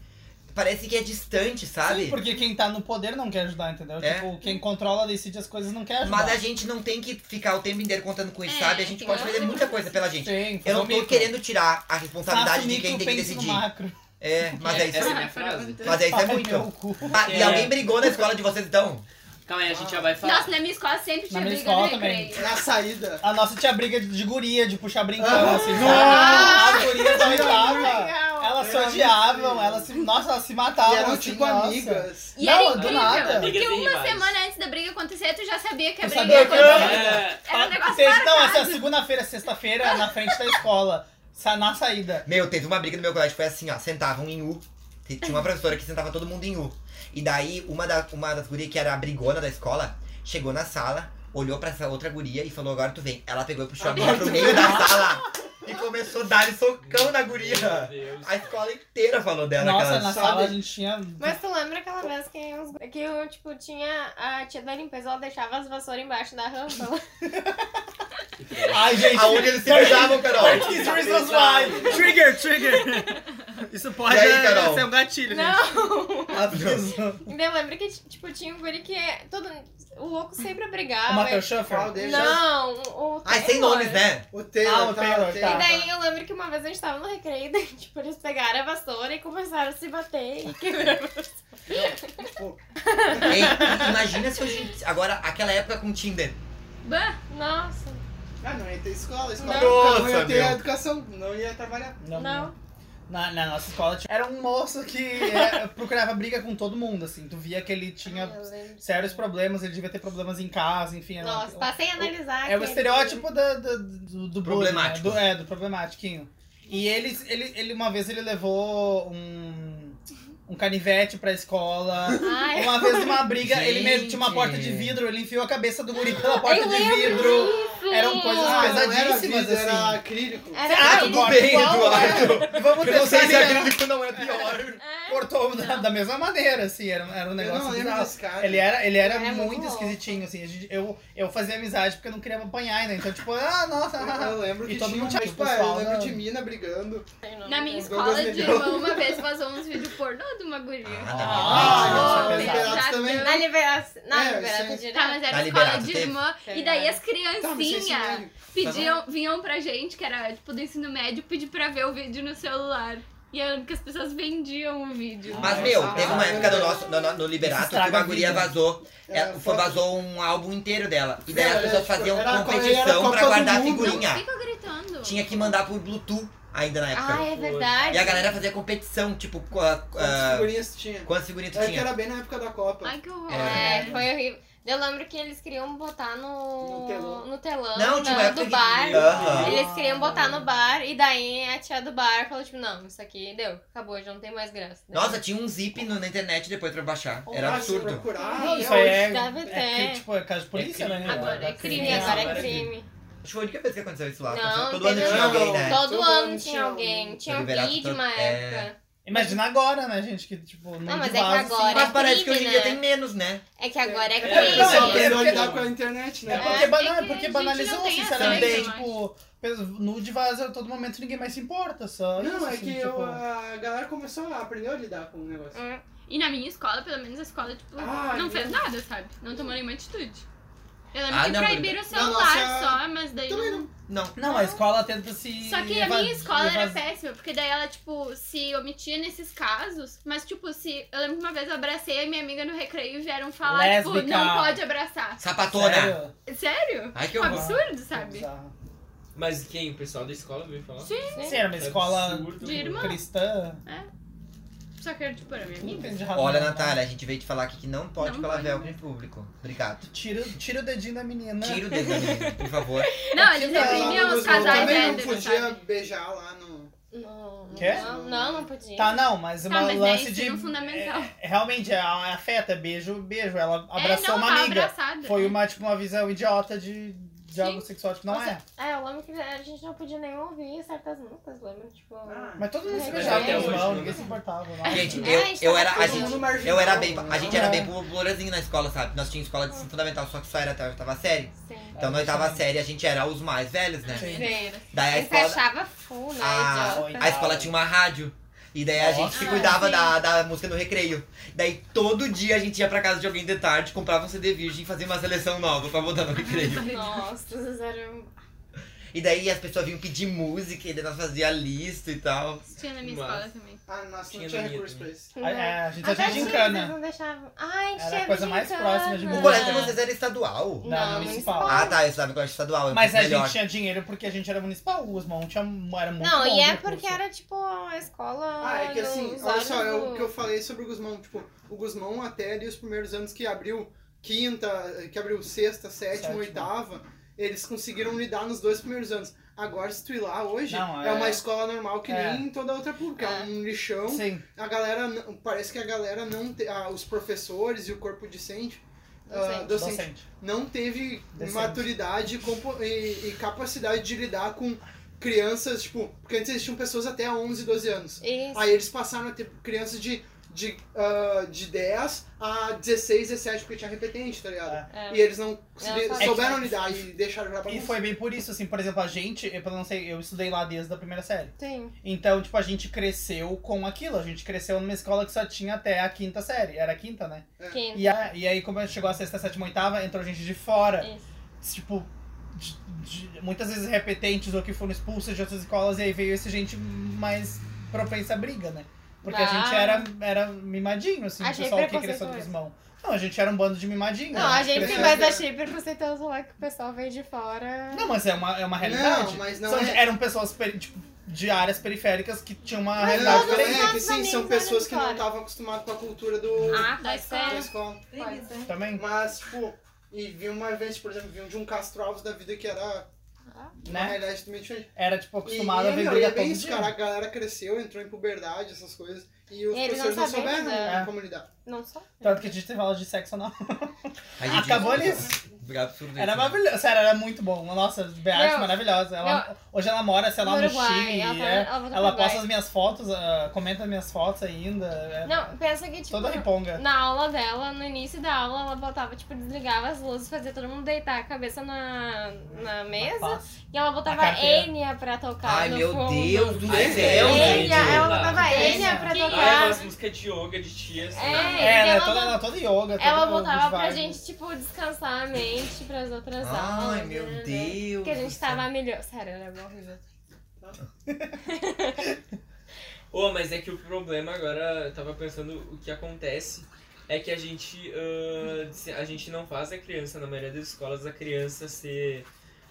B: Parece que é distante, sabe?
D: Sim, porque quem tá no poder não quer ajudar, entendeu?
B: É.
D: Tipo, quem controla, decide as coisas não quer ajudar.
B: Mas a gente não tem que ficar o tempo inteiro contando com isso,
A: É,
B: sabe? A gente
A: tem
B: pode
A: uma-
B: fazer muita coisa pela é, gente.
D: Sim, um
B: Eu não
D: fazer o
B: tô
D: micro.
B: querendo tirar a
D: Faça
B: responsabilidade
D: o
B: de quem
D: micro,
B: tem que
D: pense no
B: decidir.
D: macro.
B: É, mas é,
E: Essa
B: isso.
E: é a minha frase.
B: Mas é isso, é
D: Ai,
B: muito.
D: meu cu.
B: Ah, e
E: É.
B: alguém brigou na escola de vocês, então?
E: Calma aí, a gente já vai falar.
A: Nossa, na minha escola sempre tinha
D: Na minha
A: briga né,
D: escola
A: no
D: também.
A: recreio.
F: Na saída.
D: A nossa tinha briga de, de guria, de puxar
F: Ah.
D: brincando, assim. sabe?
A: Ah,
F: Nossa!
D: A guria só odiava.
C: Legal.
D: Elas se
F: Era muito
D: odiavam,
F: legal.
D: elas se, nossa, elas se
F: E
D: matavam.
F: eram
D: assim,
F: tipo
D: nossa.
F: amigas.
A: E
D: Não,
A: era um
D: do
A: incrível,
D: nada.
A: porque
E: Briga tem
A: uma
E: rivais.
A: semana antes da briga acontecer, tu já sabia que a
D: Eu
A: briga
D: sabia
A: ia
D: que
A: acontecer.
E: É,
A: Era um negócio
D: Sexta- não, essa é a
A: marcado.
D: segunda-feira, sexta-feira, na frente da escola. sa- Na saída.
B: Meu, teve uma briga no meu colégio, foi assim, ó, sentavam em U. Te- Tinha uma professora que sentava todo mundo em U. E daí, uma, da, uma das gurias que era a brigona da escola, chegou na sala, olhou pra essa outra guria e falou, agora tu vem. Ela pegou e puxou a guria pro meio da sala e começou a dar socão na
E: Meu
B: guria.
E: Deus.
B: A escola inteira falou dela.
D: Nossa,
B: aquela...
D: na
F: sabe?
D: sala a gente tinha.
C: Mas tu lembra aquela vez que, os- que eu, tipo, tinha a tia da limpeza, ela deixava as vassouras embaixo da rampa?
D: Ai, gente.
B: Aonde eles se beijavam, Carol?
D: Thirteen Reasons Why. Trigger, trigger. Isso pode
B: E aí, Carol?
D: ser um gatilho,
C: Não!
D: gente.
C: Ainda eu lembro que, tipo, tinha um guri que é todo... O louco sempre
A: Ah,
C: brigava.
D: O Matheus
F: Qual
D: Schaffer.
F: deles?
C: Não, o o
B: Ai, sem
C: Taylor.
B: nomes, né?
F: O Taylor,
D: Ah, o
F: tá,
D: Taylor,
F: o
D: tá.
C: E daí eu lembro que uma vez a gente tava no recreio, daí, tipo, eles pegaram a vassoura e começaram a se bater e quebraram.
B: Ei, imagina se hoje. Agora, aquela época com Tinder.
A: Bah,
C: Nossa,
F: Ah, não ia ter escola, a escola
B: Não.
F: não ia
B: Nossa,
F: ter
B: meu.
F: educação, não ia trabalhar.
C: não.
D: Na, na nossa escola tinha- era um moço que é, procurava briga com todo mundo, assim. Tu via que ele tinha
C: Ai, eu lembro.
D: sérios problemas, ele devia ter problemas em casa, enfim. era um-
C: Nossa, passei a analisar.
D: É o
C: aquele-
D: estereótipo da- da- do, do bullying, né?
B: Problemático.
D: Do- é, do problematiquinho. E ele, ele, ele, uma vez, ele levou um, um canivete pra escola.
C: Ai,
D: Uma vez, numa briga, ele meio-
B: Gente.
D: tinha uma porta de vidro, ele enfiou a cabeça do guri pela porta
C: eu
D: de
C: lembro
D: vidro.
C: disso.
D: Eram coisas
F: Ah, não era
D: pesadíssimas,
F: vidro, era
D: assim.
F: acrílico.
C: Era
D: tudo
C: aquele-
D: bem, Vamos
B: Eu não sei
D: tentar
B: se é
D: ligar.
B: acrílico não é pior.
D: Cortou da, da mesma maneira, assim. Era, era um
F: Eu
D: negócio
F: não lembro
D: bizarro.
F: desse cara.
D: Ele é era, ele era
C: Ele era
D: muito
C: muito louco.
D: esquisitinho, assim. a gente- eu, eu fazia amizade porque eu não queria apanhar, né? Então, tipo, ah, nossa.
F: Eu lembro
D: E
F: que
D: todo
F: tinha,
D: mundo tinha
F: tipo, ah, eu
D: pessoal,
F: lembro
D: né?
F: de mina brigando.
A: na minha
F: Os Douglas
A: escola de
F: Miguel.
A: irmão, uma vez vazou uns vídeos pornô de uma guria. Ai,
D: Ah, isso é
A: meu
F: pesado também.
A: Deus.
C: Na liberação. Na
F: É,
C: liberação
F: sim.
C: de
A: Tá, mas era
B: Tá
A: escola
B: liberado,
A: de
B: teve?
A: irmã. E daí as
F: Tá, mas isso é
A: criancinhas
F: sério.
A: pediam, vinham pra gente, que era tipo do ensino médio, pedir pra ver o vídeo no celular. E era que as pessoas vendiam o vídeo.
B: Mas, meu,
F: Ah,
B: teve uma
F: ah,
B: época do
F: ah,
B: nosso, no, no- no Liberato que
D: estraga
B: uma
D: a
B: guria
D: vida.
B: vazou.
F: Era
A: é.
B: Ela, foi,
F: foto-
B: vazou um álbum inteiro dela. E daí
F: Era,
B: as pessoas
F: tipo,
B: faziam
F: era a Copa- era a
B: competição
F: Copa
B: pra
F: do
B: guardar
F: Mundo.
A: Não
B: figurinha.
A: fica gritando.
B: Tinha que mandar por Bluetooth ainda na época.
C: Ah, é verdade.
B: E a galera fazia competição, tipo, co-
F: Quantas
B: ah,
F: figurinhas tinha?
B: quantas figurinhas tu
F: É que
B: tinha?
F: era bem na época da Copa.
A: Ai, que horror.
C: É,
A: É.
C: foi horrível. Eu lembro que eles queriam botar no,
F: No telão.
C: no telão
B: Não, tinha uma
C: da-
B: época
C: do
B: que-
C: bar.
B: Aham.
C: Eles queriam botar no bar e daí a tia do bar falou tipo, não, isso aqui deu, acabou, já não tem mais graça.
B: Nossa, tinha um zip no- na internet depois pra baixar. Era
F: Ah,
B: absurdo.
F: procurar.
D: Não, isso
F: é
D: aí
F: hoje.
D: é,
C: deve
D: é,
C: ter.
D: cri- tipo, é caso de polícia, né?
A: Agora é
C: Crime,
A: Crime,
C: agora é
E: agora é
C: crime.
B: Acho que foi a única vez que aconteceu isso lá.
C: Não,
B: Todo ano
C: teve-
B: tinha alguém, né?
C: Todo,
F: Todo
C: ano
F: ano
C: tinha alguém. Tinha um
B: Liberato
C: vídeo
B: todo-
C: uma
B: é.
C: época.
D: Imagina agora, né, gente? Que, tipo,
C: Não, mas
D: de
C: é que
D: vaso,
C: agora-
B: Mas parece que
C: crime,
B: hoje em dia
C: né?
B: tem menos, né?
C: É que agora é
E: É,
C: crime.
D: não,
F: Só
D: é
F: aprendeu a
D: porque-
F: lidar com a internet,
D: É
F: né?
D: porque,
C: É,
A: é
D: bana-
A: que
D: porque
A: a gente não
D: banalizou,
A: tem
D: sinceramente,
A: acesso
D: tipo, nude vaza a todo momento ninguém mais se importa, só. isso,
F: Não, é
D: assim,
F: que
D: tipo,
F: eu- a galera começou a aprender a lidar com o negócio.
C: Hum.
A: E na minha escola, pelo menos a escola, tipo,
F: Ai,
A: não
F: meu
A: fez
F: Deus.
A: nada, sabe? Não tomou nenhuma atitude. Eu lembro
B: Ah,
A: que
B: não,
A: proibiram o
F: Bruna. Na
A: celular
F: nossa-
A: só, mas daí
F: Também
A: não-
F: não.
B: Não.
D: Não, a escola tenta se.
A: Só que a
D: evadir,
A: minha escola era
D: evas-
A: péssima, porque daí ela, tipo, se omitia nesses casos, mas, tipo, se. Eu lembro que uma vez eu abracei a minha amiga no recreio e vieram falar, tipo,
D: Lésbica.
A: não pode abraçar.
B: Sapatona.
D: Sério?
A: Sério?
B: Ai, que
A: Um
B: horror.
A: absurdo, sabe?
B: É.
D: Bizarro.
E: Mas quem? O pessoal da escola veio falar? É
A: Sim.
D: Sim, era uma escola
E: Absurdo.
A: De irmã.
D: cristã.
A: Só que era, tipo, era minha
D: Não
A: amiga.
D: tem de razão,
B: Olha,
D: né?
B: Natália, a gente veio te falar aqui que não pode
A: Não
B: falar
A: pode.
B: véu com o público. Obrigado.
D: Tira, tira o dedinho da menina.
B: Tira o dedo da menina, por favor.
A: Não, eles
F: Lá
A: reprimiam
F: no
A: os
F: Brasil
A: casais né,
F: também não
A: héteros,
F: podia um
A: sabe?
F: beijar lá no.
C: Não, não,
D: Quê?
C: não, não, não podia.
D: Tá, não, mas
A: Tá,
D: uma
A: mas daí
D: lance
A: ensino
D: de.
A: fundamental.
D: é- realmente, é a- afeta, beijo, beijo. Ela
A: É, não,
D: abraçou uma
A: tá
D: amiga.
A: abraçada.
D: Foi uma, tipo, uma visão idiota de, de algo sexual, tipo, não
C: Nossa,
D: é.
C: É, eu lembro que a gente não podia nem ouvir certas músicas, lembra? Tipo.
D: Mas todo
A: É.
D: mundo se
C: Mas
D: beijava,
E: até hoje,
D: normal,
E: né?
D: ninguém se importava. não.
B: Gente,
C: Não,
B: eu,
C: a gente
B: eu
C: tava
B: era. A
C: todo
B: gente,
F: mundo marginal,
B: eu era bem. A gente era
D: É.
B: bem populazinho na escola, sabe? Nós tínhamos escola de ensino fundamental, só que só era até a oitava série.
C: Sim.
B: Então na oitava série a gente era os mais velhos, né?
D: Sim.
B: Daí a
C: Você
B: escola,
C: achava full, né?
B: Ah,
C: idiota?
B: a escola tinha uma rádio. E daí a gente se
A: Ah,
B: cuidava
A: sim.
B: da, da música no recreio. Daí todo dia a gente ia pra casa de alguém de tarde, comprava um CD virgem e fazia uma seleção nova pra botar no recreio.
C: Nossa, vocês eram.
B: E daí as pessoas vinham pedir música e daí nós fazia lista e tal.
A: Tinha na minha
E: Mas-
A: escola também.
F: Ah, nossa, não
E: Tinha
F: tinha
E: na minha
F: recurso pra
E: também.
F: isso.
D: A, é, a gente só
C: Até
D: tinha
C: tinha, vocês
D: gincana.
C: não deixavam. Ai,
D: Era a
C: chega
D: coisa mais
C: gincana.
D: próxima de
B: O
D: Ah.
B: colégio de vocês era estadual.
D: Não,
C: Não,
D: municipal.
C: municipal.
B: Ah tá, eu estudava em colégio estadual. eu
D: Mas
B: fiz
D: a
B: melhor.
D: gente tinha dinheiro porque a gente era municipal, o Osmão tinha, um, era
B: um
D: muito
C: Não,
D: bom
C: e é
D: recurso.
C: porque era tipo a escola.
F: Ah, é que assim,
C: dos
F: olha só,
C: olhos
F: é o
C: do-
F: que eu falei sobre o Guzmão. Tipo, o Guzmão até ali os primeiros anos que abriu quinta, que abriu sexta, sétima,
D: Sétima.
F: oitava, eles conseguiram lidar nos dois primeiros anos. Agora, se tu ir lá hoje,
D: Não,
F: é...
D: é-
F: uma escola normal que
D: É.
F: nem toda outra pública. É,
C: É.
F: um lixão.
D: Sim,
F: A galera, não- parece que a galera não, te- ah, os professores e o corpo docente, ah,
C: Docente.
F: docente,
D: docente.
F: não teve
D: Decente.
F: maturidade e compo- e, e capacidade de lidar com crianças, tipo, porque antes eles tinham pessoas até 11, 12
D: ah,
F: anos.
C: Isso.
F: Aí eles passaram a ter crianças de, de, ah, de 10 a 16, 17, porque tinha repetente, tá ligado?
C: É.
F: E eles não se
C: Não,
F: li-
C: só-
F: souberam lidar e deixaram já pra
D: E foi bem por isso, assim, por exemplo, a gente, eu não sei, eu estudei lá desde a primeira série.
C: Sim.
D: Então, tipo, a gente cresceu com aquilo. A gente cresceu numa escola que só tinha até a quinta série. Era a quinta, né?
C: Quinta.
D: E, a- e aí, como chegou a sexta, sétima, oitava, entrou gente de fora.
C: Isso.
D: Tipo, de- de- muitas vezes repetentes ou que foram expulsas de outras escolas. E aí veio essa gente mais propensa à briga, né? Porque a
C: Ah.
D: gente era, era mimadinho, assim,
C: Achei
D: o pessoal que cresceu
C: preconceituoso.
D: dos mãos. Não, a gente era um bando de mimadinho.
C: Não, a gente
D: cresceu-
F: Cresceu.
C: mais achei preconceituoso lá que o pessoal veio de fora.
D: Não, mas é uma, é uma realidade.
F: Não, mas não
D: São-
F: é.
D: Eram pessoas peri- tipo, de áreas periféricas que tinham uma
F: Não,
D: realidade
F: não,
D: diferente
F: é que
C: nossos
F: sim, são
C: amigos
F: pessoas
C: eram
F: que não
C: fora.
F: estavam acostumadas com a cultura do,
A: Ah, tá,
C: Da
F: da
A: sério.
C: escola.
F: escola.
C: Pode ser.
D: também.
F: Mas, tipo, e vi uma vez, por exemplo, vi um de um Castro Alves da vida que era
A: Ah.
F: uma
D: Né?
F: realidade totalmente diferente.
D: era, tipo,
F: E,
D: acostumada a
F: e,
D: ver
F: meu, e
D: briga
F: é bem
D: todo
F: isso,
D: dia.
F: cara. A galera cresceu, entrou em puberdade, essas coisas. E os
C: E eles não
F: professores não,
C: sabiam
F: souberam
C: lidar.
F: como lidar.
C: Não só.
D: Tanto que a gente teve aula de sexo anal.
B: A gente-
D: Acabou nisso.
B: Absurdo
D: Era
B: isso, né?
D: maravilhoso. Sério, era muito bom. Nossa, Beate
C: Meu,
D: maravilhosa. Ela, hoje ela mora, sei lá, no
C: Uruguai,
D: Chile.
C: ela tá-
D: é.
C: ela voltou
D: Ela
C: pro Uruguai.
D: posta as minhas fotos, ah, comenta minhas fotos ainda. é
C: Não, pensa que, tipo,
D: toda riponga.
C: na aula dela, no início da aula, ela botava, tipo, desligava as luzes, fazia todo mundo deitar a cabeça na, na mesa.
D: Nossa.
C: E ela botava
D: Na carteira.
C: Enya pra tocar.
B: Ai
C: Tá, no
B: meu
C: fundo.
B: Deus do
E: Ai,
B: céu,
E: meu
B: gente.
C: Enya, ela
E: Não.
C: botava Enya pra
A: Quem é?
E: Ah, é
C: tocar.
E: umas músicas de yoga, de tia, assim.
D: É,
C: É, e
D: ela é
C: ela,
D: toda,
C: bo-
D: ela é toda yoga.
C: ela
D: toda
C: botava pra
D: good vibes.
C: gente, tipo, descansar a mente pras outras aulas.
B: Ai, meu
C: né, né,
B: Deus.
C: Porque a gente
B: do céu.
C: tava melhor. Sério, era bom horrível.
E: Ô, mas é que o problema agora, eu tava pensando o que acontece é que a gente ah, se- a gente não faz a criança, na maioria das escolas, a criança ser,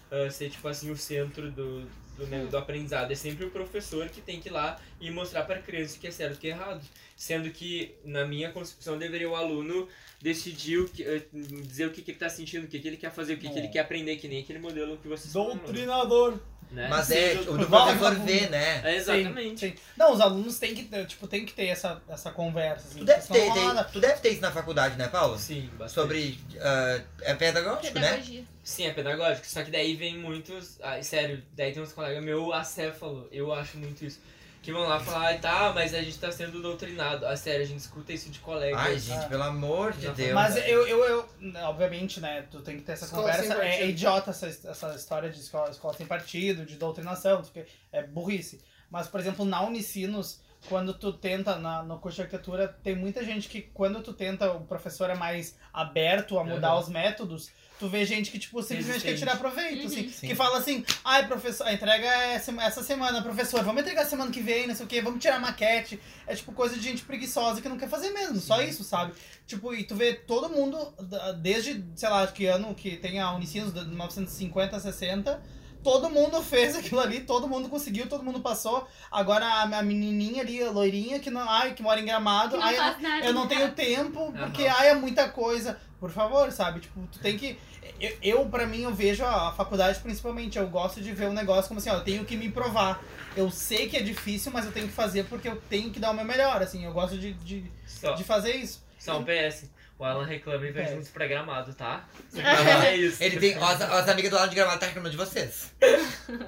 E: ah, ser tipo assim, o centro do, do, né, do aprendizado. É sempre o professor que tem que ir lá e mostrar pra criança o que é certo e o que é errado. Sendo que, na minha concepção, deveria o aluno decidir o que, ah, dizer o que, que ele tá sentindo, o que, que ele quer fazer, o que, que ele quer aprender, que nem aquele modelo que vocês falam,
D: Doutrinador.
E: né?
B: Mas é, o do
D: Vamos.
B: professor vê, né?
E: É, Exatamente.
D: Sim, sim. Não, os alunos têm que, ter, tipo, tem que ter essa, essa conversa. Assim,
B: Tu deve,
D: senão
B: ter,
D: não rola nada.
B: tem- tu deve ter isso na faculdade, né, Paula?
E: Sim, bastante.
B: Sobre. ah, é pedagógico, né?
A: Pedagogia.
E: Sim, é pedagógico, só que daí vem muitos. Ai, sério, daí tem uns colegas meu acéfalo, eu acho muito isso. Que vão lá falar, ai tá, mas a gente tá sendo doutrinado. Ah, sério, a gente escuta isso de colega.
B: Ai, gente,
D: Ah.
B: pelo amor de
E: Já
B: Deus.
D: Mas eu, eu, eu, obviamente, né, tu tem que ter essa
F: Escola
D: conversa.
F: sem
D: É,
F: partido.
D: é idiota essa, essa história de escola, escola sem partido, de doutrinação, porque é burrice. Mas, por exemplo, na Unicinos, quando tu tenta, na, no curso de arquitetura, tem muita gente que, quando tu tenta, o professor é mais aberto a mudar
E: Aham.
B: Uhum.
D: os métodos, tu vê gente que, tipo, simplesmente quer
E: Resistente.
D: tirar proveito, assim,
B: Uhum. Sim.
D: que fala assim, ai, professor, a entrega é sema- essa semana, professor, vamos entregar semana que vem, não sei o quê, vamos tirar a maquete. É tipo coisa de gente preguiçosa que não quer fazer mesmo, só isso, sabe? Tipo, e tu vê todo mundo, da- desde, sei lá, que ano que tem a Unicinos, de 1950, 60, todo mundo fez aquilo ali, todo mundo conseguiu, todo mundo passou. Agora a, a menininha ali, a loirinha, que, não, ai, que mora em Gramado,
A: Que não
D: ai,
A: faz nada.
D: eu não tenho tempo,
E: Aham.
D: porque ai, é muita coisa. Por favor, sabe? Tipo, tu tem que. Eu, eu pra mim, eu vejo a, a faculdade principalmente. Eu gosto de ver um negócio como assim, ó, eu tenho que me provar. Eu sei que é difícil, mas eu tenho que fazer porque eu tenho que dar o meu melhor, assim. Eu gosto de, de,
E: Só,
D: de fazer isso.
E: só um PS. O Alan reclama e vem
D: Péssimo.
E: junto pra gramado, tá?
B: Aham.
E: É isso.
B: Ele tem. As, as amigas do lado de gramado tá reclamando de vocês.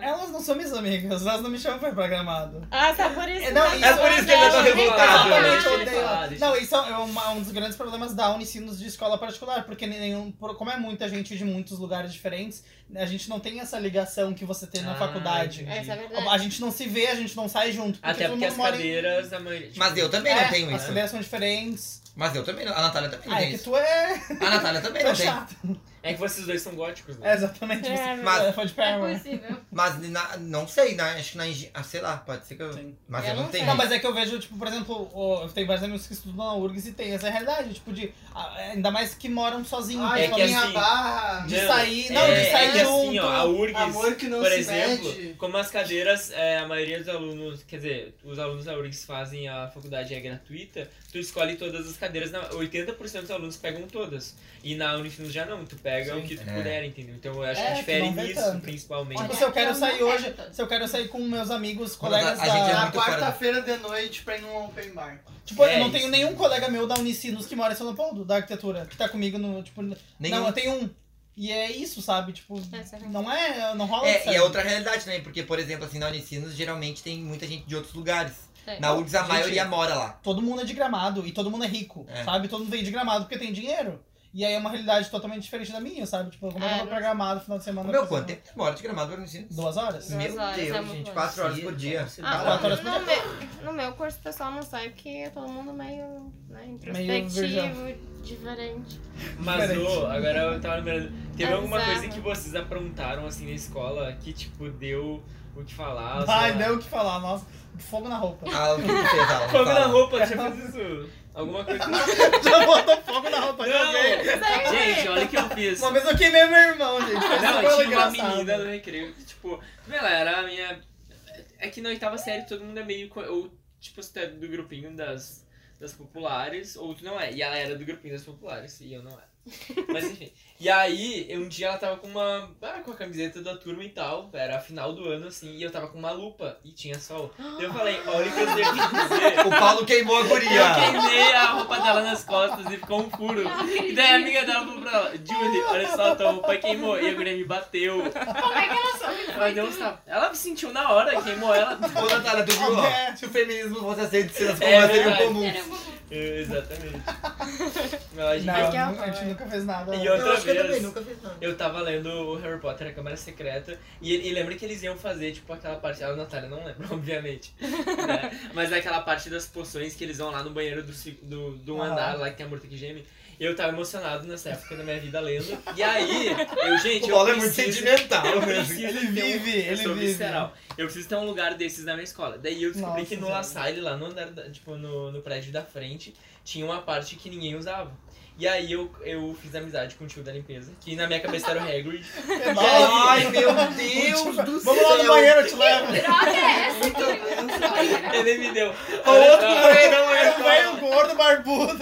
D: Elas não são minhas amigas, elas não me chamam pra ir pra gramado.
C: Ah, tá por isso.
D: É, não,
C: que
D: isso- é por
E: isso que ele tá
C: Não,
E: revoltado.
C: não,
D: Exatamente,
E: deixa
D: eu
E: ele
D: odeio
E: falar,
D: ela.
E: deixa
D: Não, isso é uma- um dos grandes problemas da Unicinos de escola particular, porque nenhum, por- como é muita gente de muitos lugares diferentes, a gente não tem essa ligação que você tem na
E: Ah,
D: faculdade.
E: entendi.
C: Essa é a verdade.
D: A gente não se vê, a gente não sai junto. Porque
E: Até
D: todo
E: porque
D: mundo
E: as
D: mora em-
E: cadeiras da maioria. tipo,
B: Mas eu também
D: É,
B: não tenho
D: As
B: isso.
D: cadeiras são diferentes.
B: Mas eu também não. A Natália também não
D: Ah, é
B: tem
D: que
B: isso.
D: tu é,
B: A Natália também
D: é
B: não tem.
D: chato.
E: É que vocês dois são góticos, né?
D: É exatamente
C: É,
D: você.
B: Mas-
D: foi de
A: É
D: perma.
A: possível.
B: Mas na- não sei, na- acho que na engen- ah, sei lá, pode ser que eu.
D: Sim.
B: Mas eu,
C: Eu
B: não
C: não
B: tenho.
D: Não, mas é que eu vejo, tipo, por exemplo, o- tem vários amigos que estudam na URGS e tem essa realidade, tipo, de. a- Ainda mais que moram sozinhos.
F: Ai,
E: é
D: então,
E: que
F: minha
E: assim-
F: barra.
D: de
E: Não,
D: sair- não,
E: é,
D: de sair
E: é que assim, ó,
D: junto.
E: a URGS,
F: Amor que não
E: por
F: Então, se
E: exemplo,
F: mede.
E: como as cadeiras, é, a maioria dos alunos, quer dizer, os alunos da URGS fazem a faculdade é gratuita, tu escolhe todas as cadeiras, na, 80% dos alunos pegam todas. E na Unifinos já não, tu pega o que tu
B: É.
E: puder, entendeu? Então eu acho
D: É,
E: que
D: que
E: difere
D: não vê
E: nisso,
D: tanto.
E: principalmente.
D: Tipo,
A: Olha,
D: se eu quero
A: eu não
D: sair
A: pego
D: hoje,
A: todos.
D: se eu quero sair com meus amigos,
B: Quando a-
D: colegas
B: a
D: da.
B: gente é
F: Na
B: muito fora.
F: quarta-feira de noite pra ir num open bar.
D: Tipo,
E: É
D: eu não
E: isso.
D: tenho nenhum colega meu da Unicinos que mora em São Leopoldo, da arquitetura, que tá comigo no. Tipo,
B: Nenhum.
D: Não, eu tenho um. E é isso, sabe? Tipo,
C: Essa é a verdade.
D: não é. Não rola
B: É,
D: isso,
B: e é
D: sabe?
B: outra realidade também, porque, por exemplo, assim, na Unicinos geralmente tem muita gente de outros lugares.
C: É.
A: Tem.
B: Na URGS a
D: Gente-
B: maioria mora lá.
D: Todo mundo é de gramado e todo mundo é rico,
B: É.
D: sabe? Todo mundo vem de gramado porque tem dinheiro. E aí é uma realidade totalmente diferente da minha, sabe? Tipo, como é que
A: É,
D: eu vou pra gramado no final de
B: O
D: semana?
B: meu
D: pra- um-
B: quanto tempo demora de gramado para Unicinos?
D: Duas horas?
A: Duas
B: Meu
A: horas, é
B: Deus,
A: muito
B: gente,
A: longe.
B: quatro horas por dia.
D: Ah,
C: Ah,
A: tá.
D: quatro horas
C: no,
D: por dia.
C: meu, no meu curso o pessoal não sai porque é todo mundo meio né, introspectivo, diferente.
E: Mas,
D: Diferente.
E: ô, agora eu tava lembrando. Teve
C: É
E: alguma coisa
C: bizarro.
E: que vocês aprontaram assim na escola que, tipo, deu o que falar? sei
D: Ai,
E: lá.
D: deu o que falar, nossa. Fogo na roupa.
B: Ah, o que tu fez, Alan?
E: Fogo na
B: Fala.
E: roupa, deixa eu fazer isso. Alguma coisa.
D: Já botou fogo na roupa de alguém.
E: Não! Gente, olha o que eu fiz.
D: Uma vez eu queimei meu irmão, gente. Foi
E: Não, tinha uma
D: engraçado.
E: menina no recreio que, tipo, ela era a minha. É que na oitava série todo mundo é meio. co- Ou, tipo, você é do grupinho das, das populares, ou tu não é. E ela era do grupinho das populares, e eu não era. Mas enfim. E aí, um dia ela tava com uma. ah, com a camiseta da turma e tal. Era a final do ano, assim, e eu tava com uma lupa e tinha sol. Eu falei, olha o que eu tenho que dizer.
B: O Paulo queimou a
E: E eu
B: guria.
E: queimei a roupa dela nas costas e ficou um furo. E daí a amiga dela falou pra ela, Julie, olha só, tua roupa queimou. E a guria me bateu.
A: Como é que ela soube?
E: Ela deu uns tapas. Ela sentiu na hora, queimou ela.
B: Ô, Natália, tu viu, ó,
D: É.
B: se o feminismo fosse aceito, cenas
E: É
B: como é, seriam
E: verdade.
B: comuns.
E: É, Exatamente. Não, a gente-
D: Não,
C: Aqui é
D: nunca- a gente nunca fez nada.
E: E outra
B: acho que eu também
E: vez,
B: nunca fiz nada.
E: eu tava lendo o Harry Potter, a Câmara Secreta, e, e lembra que eles iam fazer, tipo, aquela parte... A Natália não lembra, obviamente. né? Mas é aquela parte das poções que eles vão lá no banheiro do, ci- do, do um
B: Ah.
D: Aham.
E: andar, lá que tem a morta que geme. Eu tava emocionado nessa época da minha vida lendo. E aí, eu, gente,
B: O
E: eu
B: Paulo é muito
E: preciso...
B: sentimental,
E: Eu
B: né?
E: preciso
D: Ele
E: ter um-
D: vive,
E: eu
D: ele
E: sou
D: vive.
E: visceral. Eu preciso ter um lugar desses na minha escola. Daí eu descobri
D: Nossa,
E: que no
D: velho.
E: La Salle, lá no andar, da- tipo, no, no prédio da frente, tinha uma parte que ninguém usava. E aí eu, eu fiz amizade com o tio da limpeza, que na minha cabeça era o Hagrid.
B: É Ai, meu Deus do
D: Vamos lá no
B: céu.
D: banheiro, eu te levo.
A: Droga, é essa?
E: Ele me deu.
B: O outro banheirão
D: Eu
B: é
D: venho gordo, barbudo.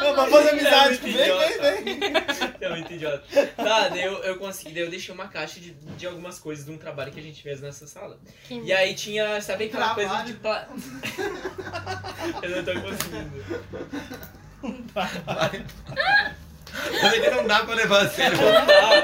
D: Não, Vamos fazer amizade com ele. Vem, vem, vem.
E: É muito idiota. Tá, daí eu, eu consegui, daí eu deixei uma caixa de, de algumas coisas de um trabalho que a gente fez nessa sala.
C: Que
E: E aí tinha, sabe aquela coisa de
F: Trabalho.
E: pla... Eu não tô conseguindo.
B: Mas é que não dá pra levar a sério.
D: Tá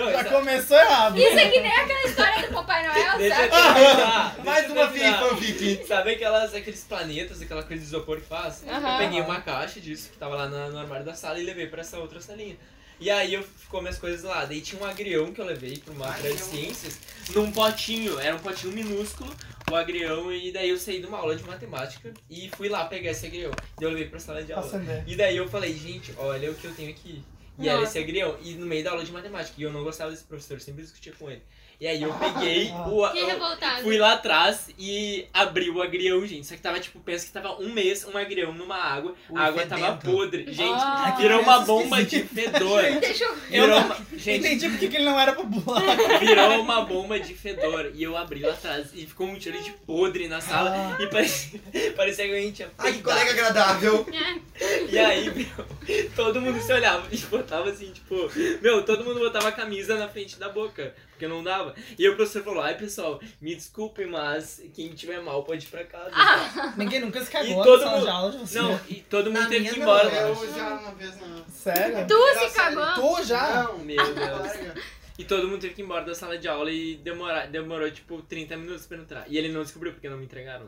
E: Não,
D: Já
E: essa...
D: começou errado.
A: Isso é que nem aquela história do Papai Noel,
E: Deixa eu
A: sabe?
E: terminar.
B: Mais
E: deixa eu
B: uma
E: terminar.
B: fanfic.
E: Sabe aquelas, aqueles planetas, aquela coisa de isopor que faz? Eu
C: Aham.
E: peguei uma caixa disso que tava lá na- no armário da sala e levei pra essa outra salinha. E aí eu ficou minhas coisas lá. Daí tinha um agrião que eu levei pra uma feira de ciências num potinho. Era um potinho minúsculo, o agrião, e daí eu saí de uma aula de matemática e fui lá pegar esse agrião. Daí eu levei pra sala de
B: Tá
E: aula.
D: Acender.
E: E daí eu falei, gente, olha o que eu tenho aqui. E era esse agrião. E no meio da aula de matemática. E eu não gostava desse professor, eu sempre discutia com ele. E aí eu peguei o,
A: Que
E: o,
A: revoltado.
E: Fui lá atrás e abri o agrião, gente. Só que tava, tipo, pensa que tava um mês um agrião numa água.
B: Ui,
E: a água
B: fedento.
E: tava podre. Gente,
C: Ah.
E: virou uma
D: Que
E: bomba de fedor.
A: Deixa eu...
D: Eu
E: Virou
D: não-
E: uma... Gente,
D: Entendi porque que ele não era popular.
E: virou uma bomba de fedor. E eu abri lá atrás e ficou um cheiro de podre na sala. E parecia, parecia que a gente tinha
B: Ai, que
E: peidado.
B: colega agradável.
A: É.
E: E aí, meu, todo mundo se olhava e botava assim, tipo, meu, todo mundo botava a camisa na frente da boca. Porque não dava. E aí o professor falou, ai pessoal, me desculpem, mas quem tiver mal pode ir pra casa.
A: Ah,
D: Ninguém nunca se
E: E
D: cagou na
E: todo
D: sala
E: mundo-
D: de aula de você.
E: Não, e todo mundo
B: Na
E: teve
B: minha
E: que ir
B: não,
E: embora.
B: eu-
F: Eu já uma vez na.
D: Sério?
A: tu
F: Era
A: se
F: sério.
A: cagou?
D: Tu já?
E: Não, meu Deus.
F: Larga.
E: E todo mundo teve que ir embora da sala de aula e demorar, demorou tipo 30 minutos pra entrar. E ele não descobriu porque não me entregaram.